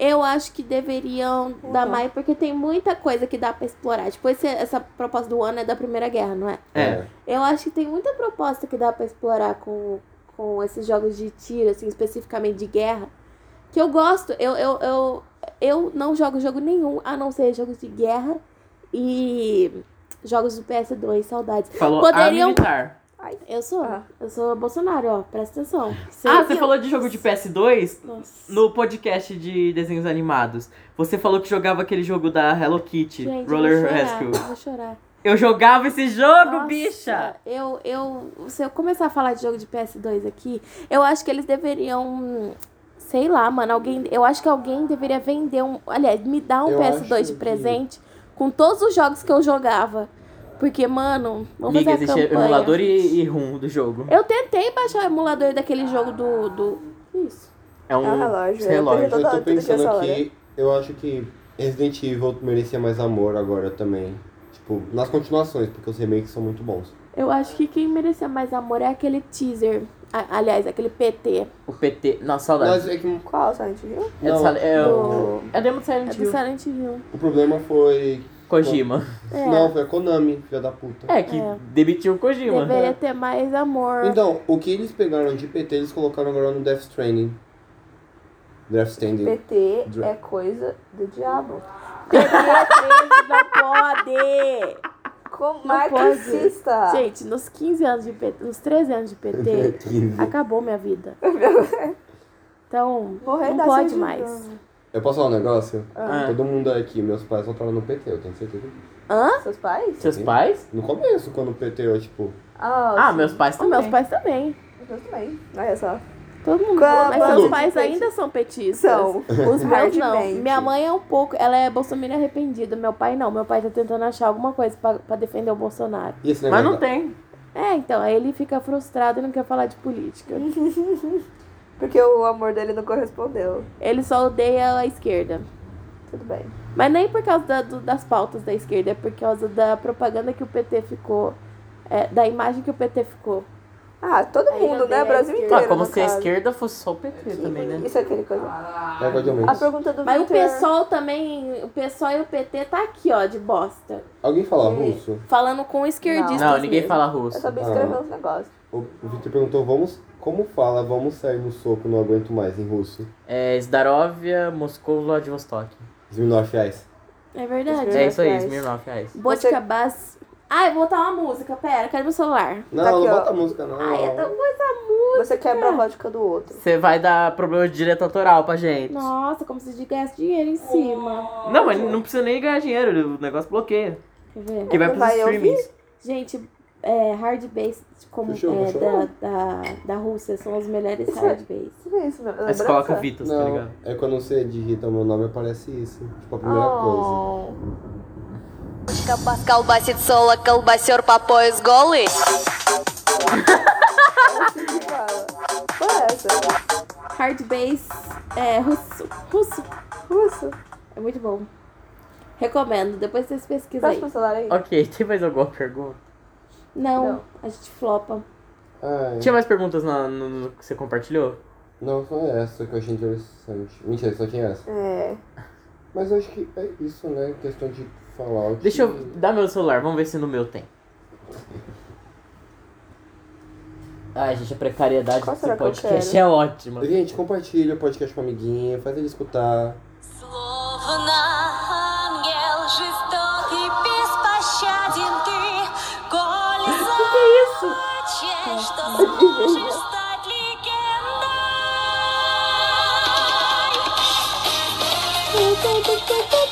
[SPEAKER 2] Eu acho que deveriam dar mais, porque tem muita coisa que dá pra explorar. Tipo, esse- essa proposta do ano é da Primeira Guerra, não é?
[SPEAKER 1] É.
[SPEAKER 2] Eu acho que tem muita proposta que dá pra explorar com, com esses jogos de tiro, assim, especificamente de guerra. Que eu gosto, eu, eu, eu, eu não jogo jogo nenhum, a não ser jogos de guerra e jogos do PS2, saudades.
[SPEAKER 1] Falou
[SPEAKER 2] Poderiam-
[SPEAKER 1] a militar.
[SPEAKER 2] Eu sou,
[SPEAKER 4] Ah.
[SPEAKER 2] eu sou Bolsonaro, ó, presta atenção. Cê-
[SPEAKER 1] ah, você falou de jogo de PS2
[SPEAKER 2] Nossa.
[SPEAKER 1] no podcast de desenhos animados. Você falou que jogava aquele jogo da Hello Kitty,
[SPEAKER 2] Gente, eu
[SPEAKER 1] Roller
[SPEAKER 2] vou chorar,
[SPEAKER 1] Rescue.
[SPEAKER 2] eu Vou chorar.
[SPEAKER 1] Eu jogava esse jogo,
[SPEAKER 2] Nossa,
[SPEAKER 1] bicha!
[SPEAKER 2] Eu, eu, se eu começar a falar de jogo de PS2 aqui, eu acho que eles deveriam, sei lá, mano, alguém, eu acho que alguém deveria vender um, aliás, me dar um
[SPEAKER 3] Eu
[SPEAKER 2] PS2
[SPEAKER 3] acho
[SPEAKER 2] de
[SPEAKER 3] que-
[SPEAKER 2] presente com todos os jogos que eu jogava. Porque, mano, vamos
[SPEAKER 1] Amiga,
[SPEAKER 2] fazer a
[SPEAKER 1] existe
[SPEAKER 2] campanha.
[SPEAKER 1] emulador e, e ROM do jogo.
[SPEAKER 2] Eu tentei baixar o emulador daquele jogo do, do... que Isso.
[SPEAKER 1] É um
[SPEAKER 4] É um relógio, é.
[SPEAKER 1] relógio.
[SPEAKER 3] Eu
[SPEAKER 4] Toda-
[SPEAKER 3] tô
[SPEAKER 4] toda
[SPEAKER 3] pensando
[SPEAKER 4] criança olha.
[SPEAKER 3] aqui, eu acho que Resident Evil merecia mais amor agora também. Tipo, nas continuações, porque os remakes são muito bons.
[SPEAKER 2] Eu acho que quem merecia mais amor é aquele teaser. A- aliás, aquele PT.
[SPEAKER 1] O PT. Nossa, saudade.
[SPEAKER 3] Mas é que.
[SPEAKER 4] Qual, Silent Hill?
[SPEAKER 1] É, do
[SPEAKER 3] não,
[SPEAKER 1] Sal- é o-
[SPEAKER 3] o-
[SPEAKER 1] é demo de
[SPEAKER 2] É
[SPEAKER 1] Silent
[SPEAKER 2] do
[SPEAKER 1] Hill.
[SPEAKER 2] Silent Hill.
[SPEAKER 3] o problema foi.
[SPEAKER 1] Kojima.
[SPEAKER 2] É.
[SPEAKER 3] Não, foi a Konami, filha da puta.
[SPEAKER 1] É, que
[SPEAKER 2] É.
[SPEAKER 1] demitiu o Kojima. né?
[SPEAKER 2] Deveria ter mais amor.
[SPEAKER 3] Então, o que eles pegaram de PT, eles colocaram agora no Death Stranding. Death Stranding.
[SPEAKER 4] PT
[SPEAKER 3] Dra-
[SPEAKER 4] é coisa do diabo.
[SPEAKER 2] Deveria ter, não pode!
[SPEAKER 4] Com
[SPEAKER 2] marxista.
[SPEAKER 4] marxista.
[SPEAKER 2] Gente, nos 15 anos de PT, nos 13 anos de PT, acabou minha vida. Então,
[SPEAKER 4] Morrer
[SPEAKER 2] não
[SPEAKER 4] dá
[SPEAKER 2] pode
[SPEAKER 4] seu
[SPEAKER 2] mais.
[SPEAKER 4] jeito.
[SPEAKER 3] Eu posso falar um negócio?
[SPEAKER 1] Ah.
[SPEAKER 3] Todo mundo aqui, meus pais votaram no PT, eu tenho certeza.
[SPEAKER 2] Hã?
[SPEAKER 4] Seus pais?
[SPEAKER 1] Seus pais?
[SPEAKER 3] No começo, quando o PT eu, tipo.
[SPEAKER 1] Ah,
[SPEAKER 4] sim.
[SPEAKER 1] meus pais
[SPEAKER 2] Os
[SPEAKER 1] também.
[SPEAKER 2] meus pais também.
[SPEAKER 4] Meus também. Olha só.
[SPEAKER 2] Todo mundo.
[SPEAKER 4] Acabou.
[SPEAKER 2] Mas seus
[SPEAKER 3] Tudo.
[SPEAKER 2] pais ainda são petistas.
[SPEAKER 4] São.
[SPEAKER 2] Os meus não.
[SPEAKER 4] Hardmente.
[SPEAKER 2] Minha mãe é um pouco. Ela é bolsominion arrependida. Meu pai não. Meu pai tá tentando achar alguma coisa pra, pra defender o Bolsonaro.
[SPEAKER 3] E esse
[SPEAKER 1] Mas
[SPEAKER 3] negócio.
[SPEAKER 1] não tem.
[SPEAKER 2] É, então. Aí ele fica frustrado e não quer falar de política.
[SPEAKER 4] Porque o amor dele não correspondeu.
[SPEAKER 2] Ele só odeia a esquerda.
[SPEAKER 4] Tudo bem.
[SPEAKER 2] Mas nem por causa da- do- das pautas da esquerda, é por causa da propaganda que o PT ficou. é, da imagem que o PT ficou.
[SPEAKER 4] Ah, todo
[SPEAKER 2] Aí
[SPEAKER 4] mundo,
[SPEAKER 2] não
[SPEAKER 4] né?
[SPEAKER 2] tem
[SPEAKER 4] Brasil
[SPEAKER 2] a esquerda.
[SPEAKER 4] inteiro.
[SPEAKER 1] Ah, como
[SPEAKER 4] no
[SPEAKER 1] se a
[SPEAKER 4] caso.
[SPEAKER 1] esquerda fosse só o PT também, né?
[SPEAKER 4] Isso é aquele coisa.
[SPEAKER 3] É igual de
[SPEAKER 4] A
[SPEAKER 3] aumentos.
[SPEAKER 4] pergunta do
[SPEAKER 2] Mas o
[SPEAKER 4] Victor.
[SPEAKER 2] PSOL também. O PSOL e o PT tá aqui, ó, de bosta.
[SPEAKER 3] Alguém fala
[SPEAKER 4] é-
[SPEAKER 3] russo?
[SPEAKER 2] Falando com esquerdistas.
[SPEAKER 1] Não, ninguém
[SPEAKER 2] é mesmo.
[SPEAKER 1] fala
[SPEAKER 4] Eu
[SPEAKER 1] russo.
[SPEAKER 4] sabia
[SPEAKER 3] Ah.
[SPEAKER 4] escrever uns negócios.
[SPEAKER 3] O o Victor perguntou, vamos. Como fala, vamos sair no soco, não aguento mais em russo.
[SPEAKER 1] É Zdarovia, Moscou, Vladivostok.
[SPEAKER 3] Smirnoff reais.
[SPEAKER 2] É verdade.
[SPEAKER 1] É isso aí,
[SPEAKER 4] Reais.
[SPEAKER 1] Smirnoff, é isso.
[SPEAKER 2] Botica Bass. Ah, eu vou botar uma música, pera, cadê meu celular?
[SPEAKER 3] Não,
[SPEAKER 4] Tá aqui,
[SPEAKER 3] não
[SPEAKER 4] ó. Ah, é
[SPEAKER 3] bota a música, não.
[SPEAKER 2] Ai, é eu tô...
[SPEAKER 4] Você quebra a vodka do outro.
[SPEAKER 1] Você vai dar problema de direito autoral pra gente. Não,
[SPEAKER 2] Nossa, como se ganhasse dinheiro em cima.
[SPEAKER 1] mas não precisa nem ganhar dinheiro, o negócio bloqueia.
[SPEAKER 2] Quer ver?
[SPEAKER 1] Porque vai
[SPEAKER 4] Não
[SPEAKER 1] pros
[SPEAKER 4] vai ouvir?
[SPEAKER 1] streamings.
[SPEAKER 2] Gente, é, hard bass como,
[SPEAKER 3] Fechou,
[SPEAKER 2] é,
[SPEAKER 3] fechou?
[SPEAKER 2] da, da, da Rússia são os melhores
[SPEAKER 4] Isso é-
[SPEAKER 2] hard bass.
[SPEAKER 4] Isso é isso, meu.
[SPEAKER 1] Aí você
[SPEAKER 4] Lembrança?
[SPEAKER 1] coloca Vitas, tá
[SPEAKER 3] Não,
[SPEAKER 1] ligado?
[SPEAKER 3] é quando você digita o meu nome aparece isso. Tipo, a primeira
[SPEAKER 4] Oh.
[SPEAKER 3] coisa.
[SPEAKER 6] Колбас колбасит соло, колбасер по пояс голый.
[SPEAKER 4] Que fala. Qual é essa?
[SPEAKER 2] Hard bass é, russo. russo.
[SPEAKER 4] Russo.
[SPEAKER 2] É muito bom. Recomendo, depois vocês pesquisam é. aí.
[SPEAKER 4] Presta o celular aí.
[SPEAKER 1] Ok, tem mais alguma pergunta?
[SPEAKER 2] Não,
[SPEAKER 4] Não.
[SPEAKER 2] a gente flopa.
[SPEAKER 3] Ai,
[SPEAKER 1] Tinha mais perguntas na- no, no que você compartilhou?
[SPEAKER 3] não, só essa que eu achei interessante. Mentira, só tinha essa.
[SPEAKER 4] É.
[SPEAKER 3] Mas eu acho que é isso, né? Questão de falar.
[SPEAKER 1] Deixa eu dar meu celular, vamos ver se no meu tem. Ai, gente, a precariedade
[SPEAKER 4] Qual
[SPEAKER 1] desse
[SPEAKER 4] será que eu
[SPEAKER 1] podcast
[SPEAKER 4] quero?
[SPEAKER 1] é ótima.
[SPEAKER 3] Gente, compartilha o podcast com a amiguinha, faz ele escutar.
[SPEAKER 6] Словно ангел жесток и беспощаден ты, коли захочешь, что сможешь стать легендой.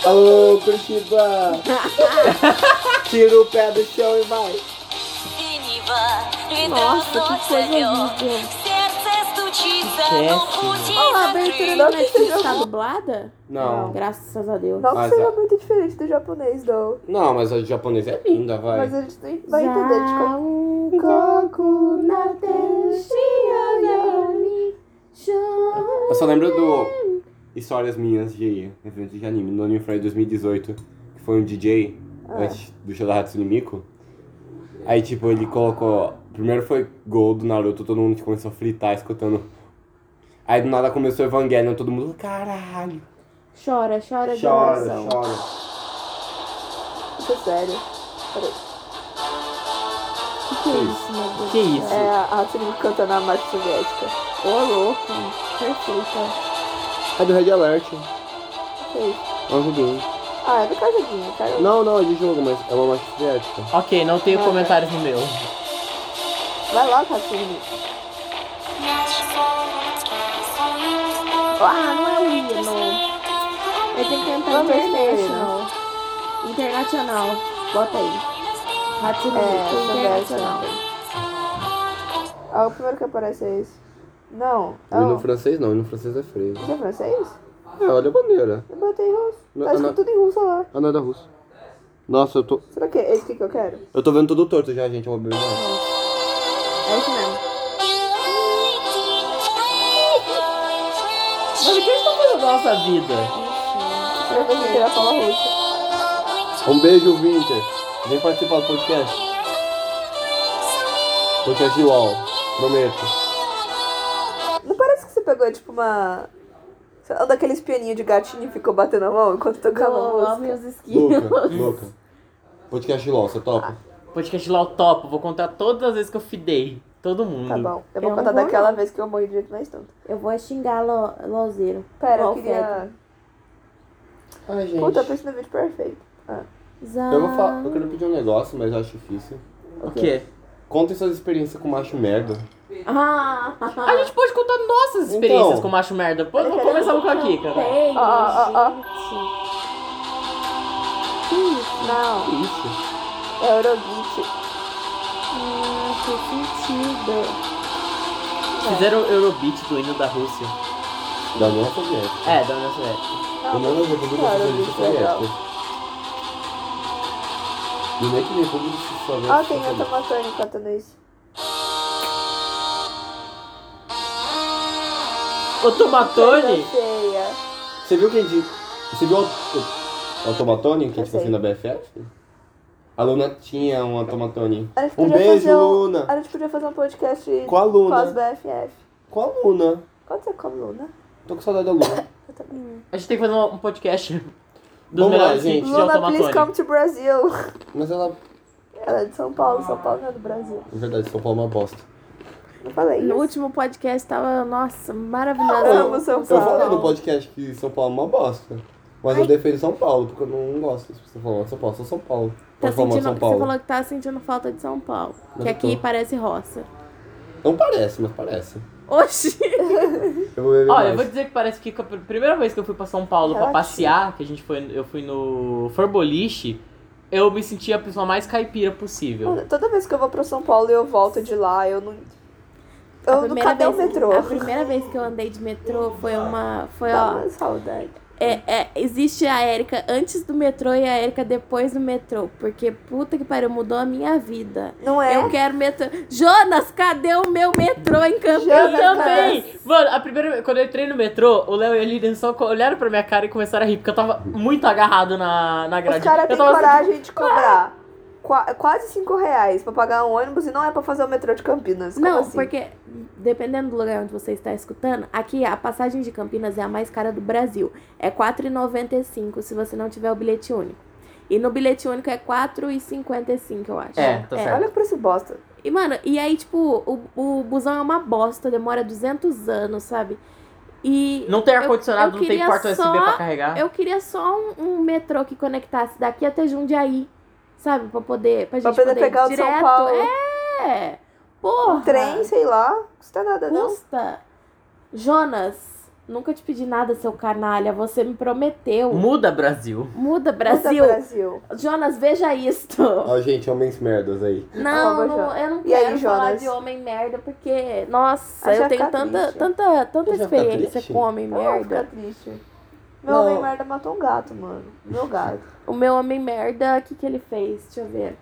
[SPEAKER 4] Alô, Curitiba! Tira o pé do chão e vai!
[SPEAKER 6] Синего
[SPEAKER 2] Nossa, que coisa horrível.
[SPEAKER 6] Сердце стучится, но
[SPEAKER 1] Péssimo.
[SPEAKER 6] пути
[SPEAKER 2] Ó, a abertura
[SPEAKER 6] закрыты.
[SPEAKER 2] do Netflix tá dublada?
[SPEAKER 3] Não.
[SPEAKER 2] Graças a Deus.
[SPEAKER 4] Não que
[SPEAKER 3] Mas
[SPEAKER 4] seja
[SPEAKER 3] a-
[SPEAKER 4] é muito diferente do japonês, não.
[SPEAKER 3] Não, mas a japonesa é linda, vai.
[SPEAKER 4] Mas a gente tem- vai entender de
[SPEAKER 2] um
[SPEAKER 4] como.
[SPEAKER 3] Eu só lembro do Histórias Minhas de referência de anime, no Anime Friday 2018, que foi um DJ antes do show da Hatsune Miku. Aí, tipo, ele colocou. Primeiro foi Gol do Naruto, todo mundo começou a fritar escutando. Aí do nada começou Evangelion, todo mundo, caralho.
[SPEAKER 2] Chora, chora de emoção.
[SPEAKER 3] chora.
[SPEAKER 4] Isso é sério. Peraí.
[SPEAKER 2] O que é isso, meu Deus?
[SPEAKER 1] Que isso?
[SPEAKER 4] É a Hatsune canta na marcha soviética.
[SPEAKER 2] Ô, louco. Perfeita.
[SPEAKER 3] É do Red Alert.
[SPEAKER 4] Sei.
[SPEAKER 3] É um joguinho.
[SPEAKER 4] Ah, é do casadinho, cara.
[SPEAKER 3] Não, não, é de jogo, mas é uma marcha soviética.
[SPEAKER 1] Ok, não tenho comentários no meu.
[SPEAKER 4] Vai lá, Hatsune.
[SPEAKER 2] Ah, não é o hino. Eu tenho que cantar
[SPEAKER 4] Vamos ver se é
[SPEAKER 2] international. Internacional. Bota aí. Hatsune
[SPEAKER 4] É,
[SPEAKER 2] Miku Internacional.
[SPEAKER 4] Internacional. Ah, o primeiro que aparece é esse. Não. É
[SPEAKER 3] E no
[SPEAKER 4] o...
[SPEAKER 3] francês não, e no francês é freio.
[SPEAKER 4] Isso é francês?
[SPEAKER 3] É, olha a bandeira.
[SPEAKER 4] Eu botei em russo.
[SPEAKER 3] Não,
[SPEAKER 4] Tá escrito
[SPEAKER 3] não.
[SPEAKER 4] tudo em russo lá.
[SPEAKER 3] Ah, não, é da Rússia. Nossa, eu tô.
[SPEAKER 4] Será que é esse aqui que eu quero?
[SPEAKER 3] Eu tô vendo todo torto já, gente. Eu vou beber.
[SPEAKER 2] É isso mesmo.
[SPEAKER 1] Mas o que eles estão fazendo da nossa vida?
[SPEAKER 4] Será que eu quero falar russo?
[SPEAKER 3] Um beijo, Winter. Vem participar do podcast. Podcast de UOL. Prometo.
[SPEAKER 4] Não parece que você pegou, tipo, uma... sei lá, Um daqueles pianinhos de gatinho e ficou batendo a mão enquanto tocava a
[SPEAKER 2] Calma,
[SPEAKER 4] música?
[SPEAKER 2] meus
[SPEAKER 3] Luca,
[SPEAKER 2] skills.
[SPEAKER 3] Luca. Podcast de LOL, você topa?
[SPEAKER 1] Podcast lá o topo, vou contar todas as vezes que eu fidei. Todo mundo.
[SPEAKER 4] Tá bom.
[SPEAKER 2] Eu
[SPEAKER 4] Eu vou
[SPEAKER 2] não
[SPEAKER 4] contar
[SPEAKER 2] vou,
[SPEAKER 4] daquela vez que eu morri de jeito mais tonto.
[SPEAKER 2] Eu vou xingar lo, Lozeiro.
[SPEAKER 4] Pera, eu
[SPEAKER 2] Qual
[SPEAKER 4] queria...
[SPEAKER 3] Ai, gente.
[SPEAKER 4] Puta, eu pensei no vídeo perfeito.
[SPEAKER 2] Zá.
[SPEAKER 3] Eu vou falar. Eu quero pedir um negócio, mas eu acho difícil.
[SPEAKER 1] O quê?
[SPEAKER 3] Contem suas experiências com macho merda.
[SPEAKER 2] Ah,
[SPEAKER 1] A gente pode contar nossas experiências
[SPEAKER 3] Então.
[SPEAKER 1] com macho merda. Pô, vamos começar com a Kika. vai.
[SPEAKER 2] tem,
[SPEAKER 4] Ó, ó, ó.
[SPEAKER 2] gente.
[SPEAKER 4] Não,
[SPEAKER 3] Que isso?
[SPEAKER 4] é Eurobeat.
[SPEAKER 2] Ah, que sentido.
[SPEAKER 1] Fizeram o Eurobeat do hino da Rússia.
[SPEAKER 3] Da União
[SPEAKER 1] É,
[SPEAKER 3] Soviética.
[SPEAKER 1] da União Soviética.
[SPEAKER 3] Da União República
[SPEAKER 4] Claro,
[SPEAKER 3] Socialista
[SPEAKER 4] isso é legal.
[SPEAKER 3] Soviética. E nem que República Soviética.
[SPEAKER 4] Ó, Ah, tem
[SPEAKER 3] Socialista.
[SPEAKER 4] automatônico cantando isso.
[SPEAKER 1] O Tomatone?
[SPEAKER 4] Coisa Tá feia.
[SPEAKER 3] Você viu quem disse? Você viu o, o, o Tomatone, que é
[SPEAKER 4] Eu
[SPEAKER 3] tipo
[SPEAKER 4] sei.
[SPEAKER 3] assim da BFF? A Luna tinha um Tomatone.
[SPEAKER 4] A gente
[SPEAKER 3] Um
[SPEAKER 4] podia
[SPEAKER 3] beijo,
[SPEAKER 4] fazer um-
[SPEAKER 3] Luna.
[SPEAKER 4] A gente podia fazer um podcast
[SPEAKER 3] Com a
[SPEAKER 4] com as
[SPEAKER 3] Luna.
[SPEAKER 4] BFF.
[SPEAKER 3] Com a Luna.
[SPEAKER 4] Quanto você come Luna?
[SPEAKER 3] Tô com saudade da Luna.
[SPEAKER 4] Eu também.
[SPEAKER 1] A gente tem que fazer um um podcast dos
[SPEAKER 3] Vamos lá,
[SPEAKER 1] melhores
[SPEAKER 3] gente.
[SPEAKER 1] hits de
[SPEAKER 4] Luna, please
[SPEAKER 1] Automatone.
[SPEAKER 4] come to Brasil.
[SPEAKER 3] Mas ela,
[SPEAKER 4] Ela é de São Paulo, São Paulo não é do Brasil.
[SPEAKER 3] na verdade, São Paulo é uma bosta.
[SPEAKER 4] Não falei
[SPEAKER 2] No
[SPEAKER 4] isso.
[SPEAKER 2] último podcast tava, nossa,
[SPEAKER 4] Eu
[SPEAKER 2] maravilhoso. Tá
[SPEAKER 4] amo São
[SPEAKER 3] Eu
[SPEAKER 4] Paulo.
[SPEAKER 3] falei no podcast que São Paulo é uma bosta. Mas eu defendo São Paulo, porque eu não gosto de pessoas falando de São Paulo, sou São Paulo.
[SPEAKER 2] Tá
[SPEAKER 3] Vou falar mal de
[SPEAKER 2] sentindo,
[SPEAKER 3] São
[SPEAKER 2] você
[SPEAKER 3] Paulo.
[SPEAKER 2] falou que tá sentindo falta de São Paulo.
[SPEAKER 3] Não
[SPEAKER 2] que aqui
[SPEAKER 3] tô.
[SPEAKER 2] parece roça.
[SPEAKER 3] Não parece, mas parece.
[SPEAKER 2] Oxi!
[SPEAKER 3] Eu vou beber
[SPEAKER 1] Olha, eu vou
[SPEAKER 3] mais.
[SPEAKER 1] dizer que parece que a pr- primeira vez que eu fui pra São Paulo pra
[SPEAKER 4] Relativo.
[SPEAKER 1] passear, que a gente foi, eu fui no Forboliche, eu me senti a pessoa mais caipira possível.
[SPEAKER 4] Mano, Toda vez que eu vou pra São Paulo e eu volto de lá, eu não.
[SPEAKER 2] A
[SPEAKER 4] Eu não cadê o metrô?
[SPEAKER 2] A primeira vez que eu andei de metrô foi uma. Foi,
[SPEAKER 4] Dá
[SPEAKER 2] ó.
[SPEAKER 4] uma saudade.
[SPEAKER 2] É, é, existe a Érica antes do metrô e a Érica depois do metrô. Porque puta que pariu, mudou a minha vida.
[SPEAKER 4] Não é?
[SPEAKER 2] Eu quero metrô. Jonas, cadê o meu metrô em Campinas?
[SPEAKER 4] Jonas,
[SPEAKER 2] Eu
[SPEAKER 4] cadê?
[SPEAKER 2] também!
[SPEAKER 1] Ei, Mano, a primeira quando eu entrei no metrô, o Léo e a Lilian só co- olharam pra minha cara e começaram a rir, porque eu tava muito agarrado na, na grade.
[SPEAKER 4] Os caras
[SPEAKER 1] eu
[SPEAKER 4] têm
[SPEAKER 1] tava
[SPEAKER 4] coragem de cobrar qua- quase 5 reais pra pagar um ônibus e não é pra fazer o metrô de Campinas. Como
[SPEAKER 2] Não,
[SPEAKER 4] assim?
[SPEAKER 2] porque dependendo do lugar onde você está escutando, aqui a passagem de Campinas é a mais cara do Brasil. É R$ 4,95 se você não tiver o bilhete único. E no bilhete único é R$ 4,55, eu acho.
[SPEAKER 1] É, tá certo.
[SPEAKER 4] Olha o preço bosta.
[SPEAKER 2] E, mano, e aí, tipo, o, o busão é uma bosta, demora 200 anos, sabe? E
[SPEAKER 1] Não tem
[SPEAKER 2] Eu-
[SPEAKER 1] ar-condicionado,
[SPEAKER 2] eu
[SPEAKER 1] não tem
[SPEAKER 2] queria
[SPEAKER 1] porta USB
[SPEAKER 2] só-
[SPEAKER 1] pra carregar.
[SPEAKER 2] eu queria só um, um metrô que conectasse daqui até Jundiaí, sabe? Pra poder, pra
[SPEAKER 4] Pra
[SPEAKER 2] gente
[SPEAKER 4] poder
[SPEAKER 2] poder ir
[SPEAKER 4] pegar o de
[SPEAKER 2] direto.
[SPEAKER 4] São Paulo.
[SPEAKER 2] É! Porra!
[SPEAKER 4] Um trem, sei lá. Custa nada, não.
[SPEAKER 2] Custa. Jonas, Nunca te pedi nada, seu canalha. Você me prometeu.
[SPEAKER 1] Muda, Brasil.
[SPEAKER 2] Muda,
[SPEAKER 4] Puta,
[SPEAKER 2] Brasil.
[SPEAKER 4] Brasil.
[SPEAKER 2] Jonas, veja isto.
[SPEAKER 3] Ó, gente, homens merdas aí.
[SPEAKER 2] Não,
[SPEAKER 4] favor,
[SPEAKER 2] não,
[SPEAKER 4] Jonas.
[SPEAKER 2] eu não
[SPEAKER 4] E
[SPEAKER 2] quero
[SPEAKER 4] aí,
[SPEAKER 2] falar
[SPEAKER 4] Jonas?
[SPEAKER 2] de homem merda, porque, nossa,
[SPEAKER 4] Ah, já
[SPEAKER 2] eu tenho
[SPEAKER 4] tá
[SPEAKER 2] tanta,
[SPEAKER 4] triste.
[SPEAKER 2] tanta, tanta
[SPEAKER 3] Já tá
[SPEAKER 2] experiência
[SPEAKER 3] triste.
[SPEAKER 2] com homem
[SPEAKER 4] Não, fica
[SPEAKER 2] merda.
[SPEAKER 4] triste. Meu
[SPEAKER 3] Não.
[SPEAKER 4] homem merda matou um gato, mano. Meu gato.
[SPEAKER 2] O meu homem merda, o que, que ele fez? Deixa eu ver.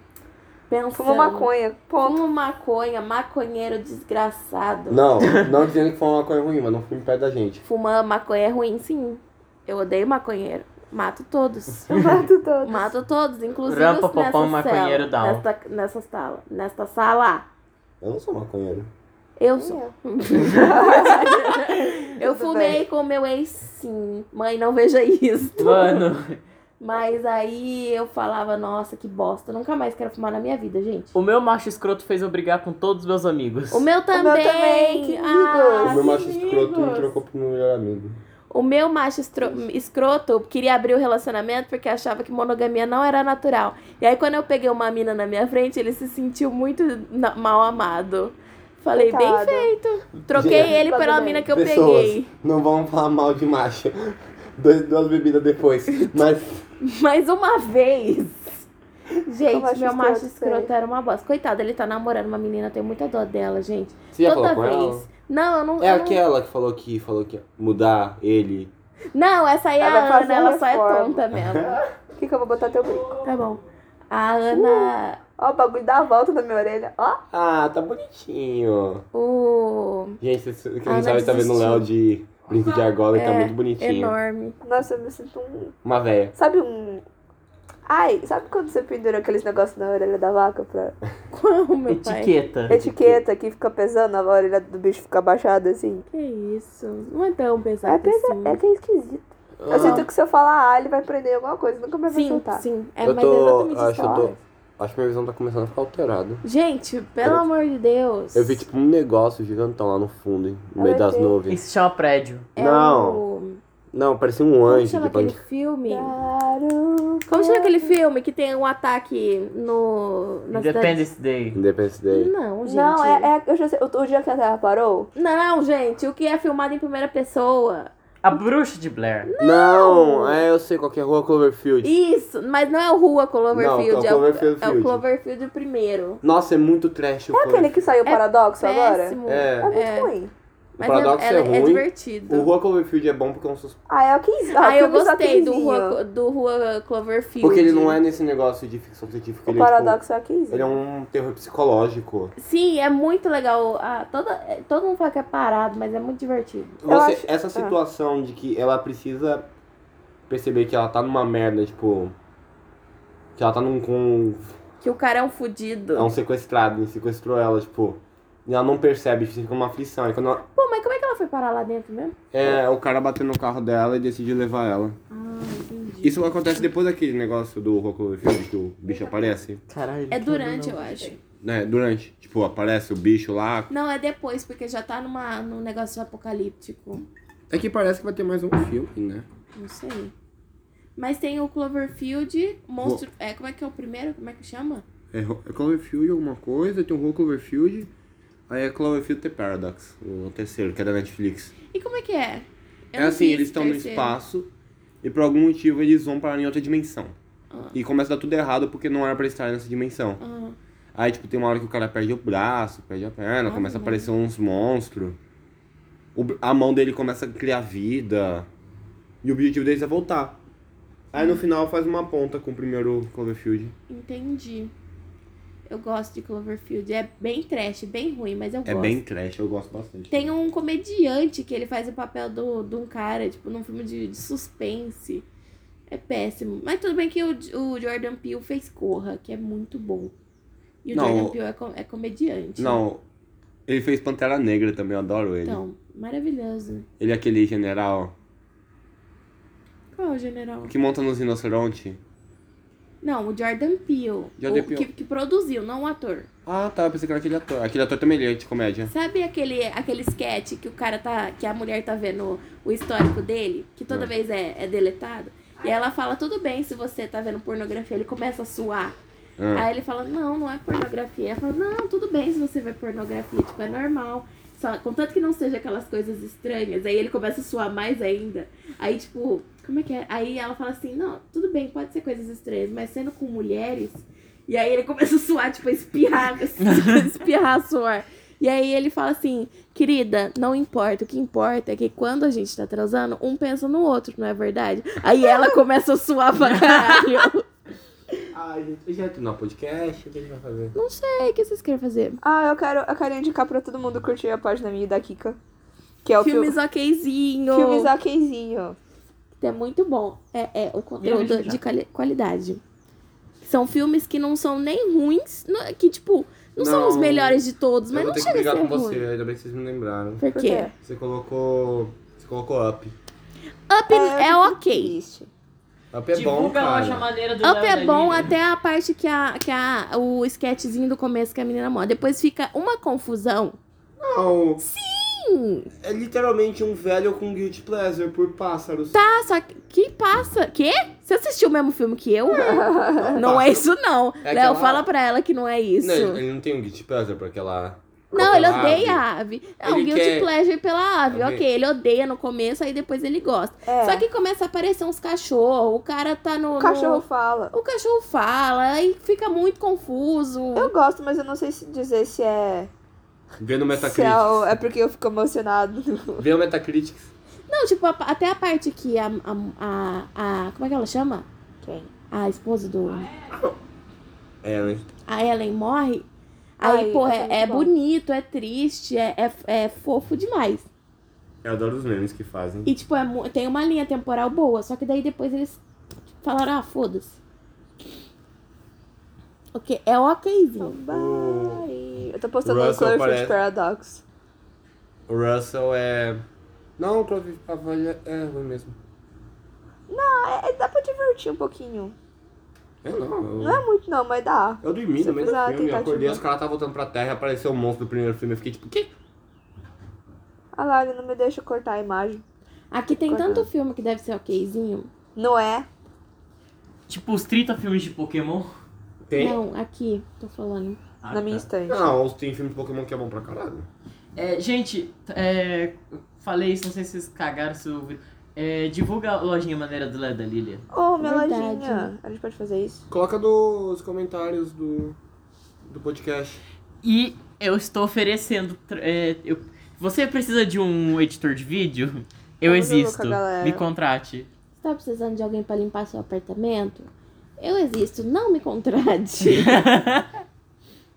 [SPEAKER 2] Pensando.
[SPEAKER 4] Fumou maconha. Pô,
[SPEAKER 2] Fumou maconha, maconheiro desgraçado.
[SPEAKER 3] Não, não dizendo que foi uma coisa ruim, mas não fume perto da gente.
[SPEAKER 2] Fumar maconha é ruim, sim. Eu odeio maconheiro. Mato todos.
[SPEAKER 4] eu mato todo.
[SPEAKER 2] Mato todos, inclusive
[SPEAKER 1] Rampa,
[SPEAKER 2] os
[SPEAKER 1] popão,
[SPEAKER 2] nessa
[SPEAKER 1] maconheiro
[SPEAKER 2] cela,
[SPEAKER 1] down.
[SPEAKER 2] Nesta, nessa sala. Nesta sala.
[SPEAKER 3] Eu não sou maconheiro.
[SPEAKER 2] Eu sou. eu
[SPEAKER 4] é. Tudo
[SPEAKER 2] fumei
[SPEAKER 4] bem.
[SPEAKER 2] com meu ex, sim. Mãe, não veja isso.
[SPEAKER 1] Mano,
[SPEAKER 2] Mas aí eu falava, nossa, que bosta. Nunca mais quero fumar na minha vida, gente.
[SPEAKER 1] o meu macho escroto fez eu brigar com todos os meus amigos.
[SPEAKER 2] O meu também.
[SPEAKER 4] também, que
[SPEAKER 2] ah,
[SPEAKER 4] amigos.
[SPEAKER 3] o meu
[SPEAKER 2] que
[SPEAKER 3] macho escroto me
[SPEAKER 2] amigos.
[SPEAKER 3] trocou pro meu melhor amigo.
[SPEAKER 2] O meu macho estro- escroto queria abrir o relacionamento porque achava que monogamia não era natural. E aí, quando eu peguei uma mina na minha frente, ele se sentiu muito na- mal amado. Falei, bem
[SPEAKER 4] Coitado.
[SPEAKER 2] feito. Troquei
[SPEAKER 3] Gente,
[SPEAKER 2] ele
[SPEAKER 4] tudo
[SPEAKER 2] pela
[SPEAKER 4] bem.
[SPEAKER 2] mina que eu
[SPEAKER 3] Pessoas,
[SPEAKER 2] peguei.
[SPEAKER 3] não vão falar mal de macho. Dois- duas bebidas depois. Mas
[SPEAKER 2] Mais uma vez. Gente,
[SPEAKER 4] Eu acho
[SPEAKER 2] meu macho
[SPEAKER 4] escroto isso aí.
[SPEAKER 2] escroto era uma bosta. Coitado, ele tá namorando uma menina, eu tenho muita dor dela, gente.
[SPEAKER 3] você já
[SPEAKER 2] Toda
[SPEAKER 3] falou
[SPEAKER 2] vez.
[SPEAKER 3] com ela?
[SPEAKER 2] Não, eu não.
[SPEAKER 3] É
[SPEAKER 2] eu não-
[SPEAKER 3] aquela que falou que falou que ia mudar ele.
[SPEAKER 2] Não, essa aí é
[SPEAKER 4] Ela
[SPEAKER 2] a
[SPEAKER 4] faz
[SPEAKER 2] Ana,
[SPEAKER 4] a
[SPEAKER 2] ela só é
[SPEAKER 4] reforma.
[SPEAKER 2] tonta mesmo.
[SPEAKER 4] O que, que eu vou botar teu brinco?
[SPEAKER 2] Tá bom. A Ana.
[SPEAKER 4] Ó, o bagulho dá a volta na minha orelha. Ó,
[SPEAKER 3] Ah, tá bonitinho.
[SPEAKER 2] O.
[SPEAKER 3] Gente, vocês- quem
[SPEAKER 2] Ah,
[SPEAKER 3] não
[SPEAKER 2] não
[SPEAKER 3] sabe tá vendo o
[SPEAKER 2] existe.
[SPEAKER 3] Léo de brinco de argola e tá
[SPEAKER 2] É,
[SPEAKER 3] muito bonitinho.
[SPEAKER 2] Enorme.
[SPEAKER 4] nossa, eu me sinto um.
[SPEAKER 3] Uma véia.
[SPEAKER 4] Sabe um. Ai, sabe quando você pendura aqueles negócios na orelha da vaca pra
[SPEAKER 2] Qual, meu pai?
[SPEAKER 1] Etiqueta.
[SPEAKER 4] etiqueta que fica pesando, a orelha do bicho fica abaixada assim?
[SPEAKER 2] Que isso? Não é tão pesado.
[SPEAKER 4] É, pesa...
[SPEAKER 2] assim.
[SPEAKER 4] é que é esquisito. Eu sinto que se eu falar ah, ele vai prender alguma coisa, nunca mais vai
[SPEAKER 2] Sim,
[SPEAKER 4] soltar.
[SPEAKER 2] sim. É,
[SPEAKER 3] Eu
[SPEAKER 2] mas
[SPEAKER 3] tô-
[SPEAKER 2] exatamente isso.
[SPEAKER 3] acho que eu tô- Acho que minha visão tá começando a ficar alterada.
[SPEAKER 2] Gente, pelo
[SPEAKER 3] Eu-
[SPEAKER 2] amor de Deus.
[SPEAKER 3] Eu vi tipo um negócio gigantão lá no fundo, hein, no meio
[SPEAKER 4] Ai,
[SPEAKER 3] das
[SPEAKER 4] tem-
[SPEAKER 3] nuvens.
[SPEAKER 1] Isso se chama prédio.
[SPEAKER 2] É
[SPEAKER 3] Não.
[SPEAKER 2] O...
[SPEAKER 3] Não, parecia um
[SPEAKER 2] Como
[SPEAKER 3] anjo
[SPEAKER 2] chama
[SPEAKER 3] de
[SPEAKER 2] aquele
[SPEAKER 3] banco.
[SPEAKER 2] filme?
[SPEAKER 4] Claro.
[SPEAKER 2] Como chama aquele filme que tem um ataque no. na cidade-
[SPEAKER 1] Independence Day.
[SPEAKER 3] Independence Day.
[SPEAKER 2] Não, gente.
[SPEAKER 4] Não, é, é eu já sei, o, o dia que a Terra parou?
[SPEAKER 2] Não, gente, o que é filmado em primeira pessoa.
[SPEAKER 1] A bruxa de Blair.
[SPEAKER 3] Não, é, eu sei qual que é rua Cloverfield.
[SPEAKER 2] Isso, mas não é o Rua Cloverfield,
[SPEAKER 3] Não, é o Cloverfield.
[SPEAKER 2] é o Cloverfield primeiro.
[SPEAKER 3] Nossa, é muito trash o
[SPEAKER 4] É aquele que saiu o
[SPEAKER 2] É
[SPEAKER 4] paradoxo agora?
[SPEAKER 2] Péssimo.
[SPEAKER 3] É.
[SPEAKER 4] É muito
[SPEAKER 2] É.
[SPEAKER 4] ruim.
[SPEAKER 3] O
[SPEAKER 2] Mas
[SPEAKER 3] paradoxo
[SPEAKER 2] é,
[SPEAKER 3] é,
[SPEAKER 2] é, é
[SPEAKER 3] ruim.
[SPEAKER 2] divertido.
[SPEAKER 3] o Rua Cloverfield é bom porque é um suspense.
[SPEAKER 4] Ah, é o 15.
[SPEAKER 2] Ah, eu
[SPEAKER 4] filme só
[SPEAKER 2] gostei do
[SPEAKER 4] 15.
[SPEAKER 2] rua, do rua Cloverfield.
[SPEAKER 3] Porque ele não é nesse negócio de ficção científica.
[SPEAKER 4] O
[SPEAKER 3] Ele é, tipo,
[SPEAKER 4] paradoxo é o 15.
[SPEAKER 3] ele é um terror psicológico.
[SPEAKER 2] Sim, é muito legal. Ah, toda, é- todo mundo fala que é parado, mas é muito divertido.
[SPEAKER 4] Eu
[SPEAKER 3] Você-
[SPEAKER 4] acho- Ah.
[SPEAKER 3] Essa situação de que ela precisa perceber que ela tá numa merda, tipo. Que ela tá num. Com,
[SPEAKER 2] Que o cara é um fudido.
[SPEAKER 3] é um sequestrado, ele sequestrou ela, tipo. E ela não percebe, fica uma aflição. Aí quando ela-
[SPEAKER 2] Pô, mas como é que ela foi parar lá dentro mesmo?
[SPEAKER 3] é, o cara bateu no carro dela e decide levar ela.
[SPEAKER 2] Ah, entendi.
[SPEAKER 3] Isso acontece depois daquele negócio do Rockfield que o bicho aparece.
[SPEAKER 1] Caralho.
[SPEAKER 2] É
[SPEAKER 1] que
[SPEAKER 2] durante,
[SPEAKER 1] não.
[SPEAKER 2] eu acho.
[SPEAKER 3] Né, durante. Tipo, aparece o bicho lá.
[SPEAKER 2] Não, é depois, porque já tá numa, num negócio apocalíptico.
[SPEAKER 3] É que parece que vai ter mais um filme, né?
[SPEAKER 2] Não sei. Mas tem o Cloverfield, monstro. É, como é que é o primeiro? Como é que chama?
[SPEAKER 3] É, Ro- é Cloverfield alguma coisa, tem um Hulk Cloverfield, aí é Cloverfield The Paradox, o terceiro, que é da Netflix.
[SPEAKER 2] E como é que é? Eu
[SPEAKER 3] é
[SPEAKER 2] não
[SPEAKER 3] assim,
[SPEAKER 2] vi
[SPEAKER 3] eles
[SPEAKER 2] esse
[SPEAKER 3] estão no
[SPEAKER 2] terceiro.
[SPEAKER 3] espaço e por algum motivo eles vão parar em outra dimensão.
[SPEAKER 2] Ah.
[SPEAKER 3] E começa a dar tudo errado porque não era pra eles estar nessa dimensão.
[SPEAKER 2] Ah,
[SPEAKER 3] Aí, tipo, tem uma hora que o cara perde o braço, perde a perna,
[SPEAKER 2] Ah,
[SPEAKER 3] começa a
[SPEAKER 2] não.
[SPEAKER 3] aparecer uns monstros. O br- a mão dele começa a criar vida. E o objetivo deles é voltar. Aí no final faz uma ponta com o primeiro Cloverfield.
[SPEAKER 2] entendi. Eu gosto de Cloverfield. É bem trash, bem ruim, mas eu
[SPEAKER 3] É
[SPEAKER 2] gosto.
[SPEAKER 3] bem trash, eu gosto bastante.
[SPEAKER 2] Tem um comediante que ele faz o papel do- de um cara, tipo, num filme de, de suspense. É péssimo. Mas tudo bem que o, o Jordan Peele fez Corra, que é muito bom. E o
[SPEAKER 3] Não.
[SPEAKER 2] Jordan Peele é, co- é comediante.
[SPEAKER 3] Não. Ele fez Pantera Negra também, eu adoro ele.
[SPEAKER 2] Então, maravilhoso.
[SPEAKER 3] Ele é aquele general
[SPEAKER 2] Qual é o general?
[SPEAKER 3] que monta nos rinocerontes.
[SPEAKER 2] Não, o Jordan Peele.
[SPEAKER 3] Jordan
[SPEAKER 2] o,
[SPEAKER 3] Peele.
[SPEAKER 2] Que, que produziu, não o ator.
[SPEAKER 3] Ah, tá, eu pensei que era aquele ator. Aquele ator também ele é de comédia.
[SPEAKER 2] Sabe aquele, aquele sketch que o cara tá. que a mulher tá vendo o histórico dele, que toda
[SPEAKER 3] É.
[SPEAKER 2] vez é, é deletado? E ela fala, tudo bem se você tá vendo pornografia, ele começa a suar.
[SPEAKER 3] Ah.
[SPEAKER 2] Aí ele fala, não, não é pornografia. Ela fala, não, tudo bem se você vê pornografia, tipo, é normal. Só, contanto que não seja aquelas coisas estranhas. Aí ele começa a suar mais ainda. Aí, tipo, como é que é? Aí ela fala assim: não, tudo bem, pode ser coisas estranhas, mas sendo com mulheres. E aí ele começa a suar, tipo, a espirrar, espirrar suor. E aí ele fala assim: querida, não importa. O que importa é que quando a gente tá transando, um pensa no outro, não é verdade? Aí ela começa a suar pra caralho.
[SPEAKER 3] Ai, gente, já terminou o podcast, o que a gente vai fazer?
[SPEAKER 2] Não sei, o que vocês querem fazer?
[SPEAKER 4] Ah, eu quero, eu quero indicar pra todo mundo curtir a página minha e da Kika. Que é o
[SPEAKER 2] Filmes
[SPEAKER 4] filme,
[SPEAKER 2] okzinho.
[SPEAKER 4] filmes okzinho.
[SPEAKER 2] É muito bom. É, é o
[SPEAKER 1] Eu vejo
[SPEAKER 2] conteúdo
[SPEAKER 1] já.
[SPEAKER 2] de quali- qualidade. São filmes que não são nem ruins, não- que, tipo, não, são os
[SPEAKER 3] Não.
[SPEAKER 2] melhores de todos,
[SPEAKER 3] Eu
[SPEAKER 2] mas
[SPEAKER 3] vou
[SPEAKER 2] não
[SPEAKER 3] ter que
[SPEAKER 2] chega a
[SPEAKER 3] brigar
[SPEAKER 2] ser
[SPEAKER 3] com
[SPEAKER 2] ruim.
[SPEAKER 3] você, ainda bem que vocês me lembraram.
[SPEAKER 2] Por
[SPEAKER 4] Por
[SPEAKER 2] quê?
[SPEAKER 4] quê?
[SPEAKER 3] Você colocou. Você colocou up.
[SPEAKER 2] Up
[SPEAKER 3] Ah,
[SPEAKER 2] é,
[SPEAKER 4] eu fico
[SPEAKER 2] ok.
[SPEAKER 4] triste.
[SPEAKER 3] Up é bom,
[SPEAKER 1] Divulga, eu acho, a
[SPEAKER 3] cara.
[SPEAKER 1] maneira do
[SPEAKER 2] Up
[SPEAKER 1] Léo da
[SPEAKER 2] é bom
[SPEAKER 3] né?
[SPEAKER 1] Lívia.
[SPEAKER 2] até a parte que, a, que a, o sketchzinho do começo que a menina morre. Depois fica uma confusão.
[SPEAKER 3] Não,
[SPEAKER 2] Hum,
[SPEAKER 3] é literalmente um velho com guilty pleasure por pássaros.
[SPEAKER 2] ah, só que, que passa. Quê? Você assistiu o mesmo filme que eu? Não é isso, não.
[SPEAKER 3] Ah, É
[SPEAKER 2] Léo,
[SPEAKER 3] aquela-
[SPEAKER 2] fala pra ela que não é isso.
[SPEAKER 3] um Não, ele ele não tem um guilty pleasure pra aquela.
[SPEAKER 2] Não,
[SPEAKER 3] pra
[SPEAKER 2] ele
[SPEAKER 3] aquela
[SPEAKER 2] odeia
[SPEAKER 3] ave.
[SPEAKER 2] a ave. É um
[SPEAKER 3] Ele
[SPEAKER 2] guilty
[SPEAKER 3] quer-
[SPEAKER 2] pleasure pela ave.
[SPEAKER 3] Ok.
[SPEAKER 2] Ok, ele odeia no começo, aí depois ele gosta.
[SPEAKER 4] É.
[SPEAKER 2] Só que começa a aparecer uns cachorros, o cara tá no.
[SPEAKER 4] o cachorro
[SPEAKER 2] no-
[SPEAKER 4] fala.
[SPEAKER 2] O cachorro fala, aí fica muito confuso.
[SPEAKER 4] Eu gosto, mas eu não sei se dizer se é.
[SPEAKER 3] ah, Vê no
[SPEAKER 4] Se é, o-
[SPEAKER 3] Metacritics.
[SPEAKER 4] é porque eu fico emocionado.
[SPEAKER 3] Vê no Metacritics.
[SPEAKER 2] Não, tipo, a- até a parte que a, a, a, a- Como é que ela chama?
[SPEAKER 4] Quem?
[SPEAKER 2] A esposa do.
[SPEAKER 3] É, né?
[SPEAKER 2] A Ellen morre. Aí,
[SPEAKER 4] Ai,
[SPEAKER 2] pô,
[SPEAKER 4] essa é
[SPEAKER 2] é,
[SPEAKER 4] muito
[SPEAKER 2] é
[SPEAKER 4] bom.
[SPEAKER 2] bonito, é triste, é, é, é fofo demais.
[SPEAKER 3] Eu adoro os memes que fazem.
[SPEAKER 2] E, tipo, é mu- tem uma linha temporal boa, só que daí depois eles falaram, ah, foda-se. Ok, é okzinho.
[SPEAKER 4] Bye. Eu tô postando um o
[SPEAKER 3] Russell
[SPEAKER 4] Cloverfield
[SPEAKER 3] parece-
[SPEAKER 4] Paradox.
[SPEAKER 3] O Russell é. Não, o Clovis Cavalho é ruim mesmo.
[SPEAKER 4] Ah, é- dá pra divertir um pouquinho.
[SPEAKER 3] É não.
[SPEAKER 4] Não é
[SPEAKER 2] Ah,
[SPEAKER 3] Eu,
[SPEAKER 4] muito, não, mas dá.
[SPEAKER 3] eu dormi
[SPEAKER 4] Você
[SPEAKER 3] no meio do
[SPEAKER 4] fez a
[SPEAKER 3] filme, eu
[SPEAKER 4] tentativa.
[SPEAKER 3] acordei, os caras estavam voltando pra terra, apareceu o monstro do primeiro filme. Eu fiquei tipo, quê?
[SPEAKER 4] Ah lá, ele não me deixa cortar a imagem.
[SPEAKER 2] Aqui tem
[SPEAKER 4] Cortado.
[SPEAKER 2] tanto filme que deve ser okzinho.
[SPEAKER 4] Não é?
[SPEAKER 1] Tipo, os 30 filmes de Pokémon.
[SPEAKER 3] Tem?
[SPEAKER 2] Não, aqui, tô falando.
[SPEAKER 1] Ah,
[SPEAKER 4] Na minha
[SPEAKER 1] tá.
[SPEAKER 4] estante.
[SPEAKER 3] Não, tem filme de Pokémon que é bom pra caralho.
[SPEAKER 1] É, gente, é, eu falei isso, não sei se vocês cagaram se ouviram. É, divulga a lojinha maneira do Léo da Lilia.
[SPEAKER 4] Oh, minha
[SPEAKER 2] Verdade.
[SPEAKER 4] lojinha. A gente pode fazer isso?
[SPEAKER 3] Coloca nos comentários do, do podcast.
[SPEAKER 1] E eu estou oferecendo. tr- é, eu- você precisa de um editor de vídeo? Eu
[SPEAKER 4] Vamos divulgar,
[SPEAKER 1] existo.
[SPEAKER 4] galera.
[SPEAKER 1] Me contrate.
[SPEAKER 2] Você tá precisando de alguém pra limpar seu apartamento? Eu existo, não me contrate.
[SPEAKER 3] Você tá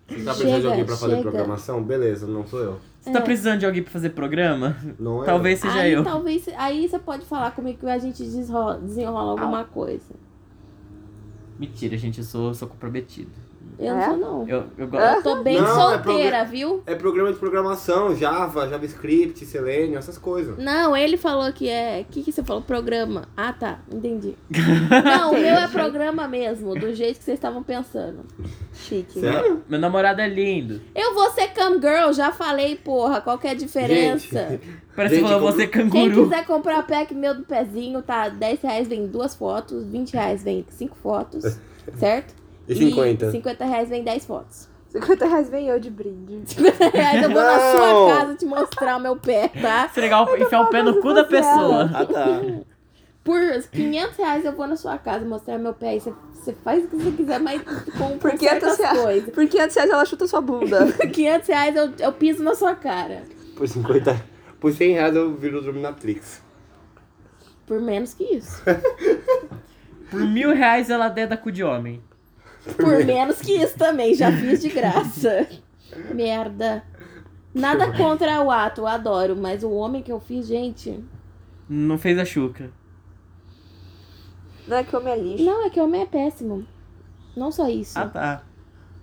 [SPEAKER 3] precisando de
[SPEAKER 2] Chega,
[SPEAKER 3] alguém pra fazer
[SPEAKER 2] chega.
[SPEAKER 3] programação? Beleza, não sou eu.
[SPEAKER 1] Você tá precisando de alguém pra fazer programa?
[SPEAKER 3] Não é
[SPEAKER 1] Talvez seja
[SPEAKER 2] aí,
[SPEAKER 1] eu.
[SPEAKER 2] Talvez, aí você pode falar comigo que a gente desrola- desenrola
[SPEAKER 1] Ah.
[SPEAKER 2] alguma coisa.
[SPEAKER 1] Mentira, gente, eu sou, sou comprometido.
[SPEAKER 2] Eu
[SPEAKER 4] É?
[SPEAKER 2] não sou, não.
[SPEAKER 1] Eu, eu gosto.
[SPEAKER 2] Eu tô bem
[SPEAKER 3] Não, é
[SPEAKER 2] solteira, viu?
[SPEAKER 3] eu. É programa de programação, Java, JavaScript, Selenium, essas coisas.
[SPEAKER 2] Não, ele falou que é. O que, que você falou? Programa. Ah, tá. Entendi. Não, o meu é programa mesmo, do jeito que vocês estavam pensando.
[SPEAKER 4] Chique.
[SPEAKER 3] Sério?
[SPEAKER 1] Meu namorado é lindo.
[SPEAKER 2] Eu vou ser cam girl, já falei, porra. Qual que é a diferença?
[SPEAKER 1] Parece
[SPEAKER 3] Gente,
[SPEAKER 1] que falou
[SPEAKER 3] como-
[SPEAKER 1] você é
[SPEAKER 2] Quem
[SPEAKER 1] canguru.
[SPEAKER 2] quiser comprar pack meu do pezinho, tá? 10 reais vem duas fotos, 20 reais vem cinco fotos, certo?
[SPEAKER 3] E 50.
[SPEAKER 2] E 50 reais vem 10 fotos.
[SPEAKER 4] 50 reais vem eu de brinde.
[SPEAKER 2] 50 reais eu vou na
[SPEAKER 3] Não!
[SPEAKER 2] sua casa te mostrar o meu pé, tá?
[SPEAKER 1] Seria legal enfiar o pé no cu da pessoa.
[SPEAKER 3] Ah, tá.
[SPEAKER 2] Por 500 reais eu vou na sua casa mostrar meu pé. Aí você- você faz o que você quiser, mas com, com
[SPEAKER 4] Por 500
[SPEAKER 2] certas coisas.
[SPEAKER 4] reais. Por 500 reais ela chuta sua bunda.
[SPEAKER 2] 500 reais eu, eu piso na sua cara.
[SPEAKER 3] Por 50. Por 100 reais eu viro o Dominatrix.
[SPEAKER 2] Por menos que isso.
[SPEAKER 1] Por mil reais ela deda cu de homem.
[SPEAKER 2] Por menos que isso também. Já fiz de graça. Merda. Nada contra o ato, eu adoro. Mas o homem que eu fiz, gente.
[SPEAKER 1] Não fez a chuca.
[SPEAKER 4] Não é que homem é lixo.
[SPEAKER 2] Não, é que o homem é péssimo. Não só isso.
[SPEAKER 1] Ah tá.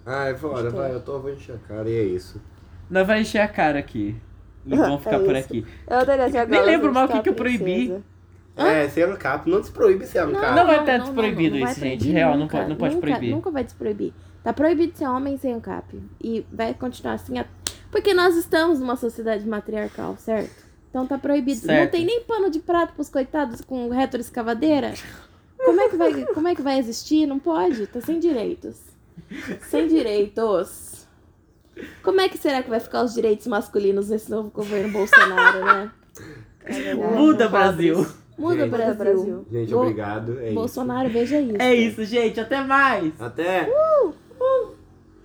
[SPEAKER 3] Ai, Ah, é foda, vai, eu tô, vou encher a cara e é isso.
[SPEAKER 1] Nós vai encher a cara aqui. E vamos ficar
[SPEAKER 4] É
[SPEAKER 1] por
[SPEAKER 4] isso.
[SPEAKER 1] aqui.
[SPEAKER 4] Eu adoraria ser
[SPEAKER 1] Nem
[SPEAKER 4] agora,
[SPEAKER 1] lembro
[SPEAKER 4] gente,
[SPEAKER 1] mais o que
[SPEAKER 4] tá,
[SPEAKER 1] que eu proibi.
[SPEAKER 4] princesa.
[SPEAKER 3] É, sem cap, não desproíbe sem
[SPEAKER 1] Não,
[SPEAKER 3] cap.
[SPEAKER 1] vai estar
[SPEAKER 2] não,
[SPEAKER 1] desproibido
[SPEAKER 2] não, não vai
[SPEAKER 1] isso, gente.
[SPEAKER 2] proibir
[SPEAKER 1] Real, não
[SPEAKER 2] nunca,
[SPEAKER 1] pode- não pode
[SPEAKER 2] nunca,
[SPEAKER 1] proibir.
[SPEAKER 2] Nunca vai desproibir. Tá proibido ser homem sem o cap. E vai continuar assim. a- Porque nós estamos numa sociedade matriarcal, certo? Então tá proibido. Não
[SPEAKER 1] Certo.
[SPEAKER 2] tem nem pano de prato pros coitados com retroescavadeira. Como é que vai, como é que vai existir? Não pode. Tá sem direitos. Sem direitos. Como é que será que vai ficar os direitos masculinos nesse novo governo Bolsonaro, né?
[SPEAKER 4] É
[SPEAKER 1] Muda, Brasil.
[SPEAKER 2] Muda,
[SPEAKER 3] Gente.
[SPEAKER 2] Brasil.
[SPEAKER 4] Brasil.
[SPEAKER 3] Gente,
[SPEAKER 2] Bo-
[SPEAKER 3] obrigado. É isso.
[SPEAKER 2] Bolsonaro, veja isso.
[SPEAKER 1] É isso, gente. Até mais.
[SPEAKER 3] Até.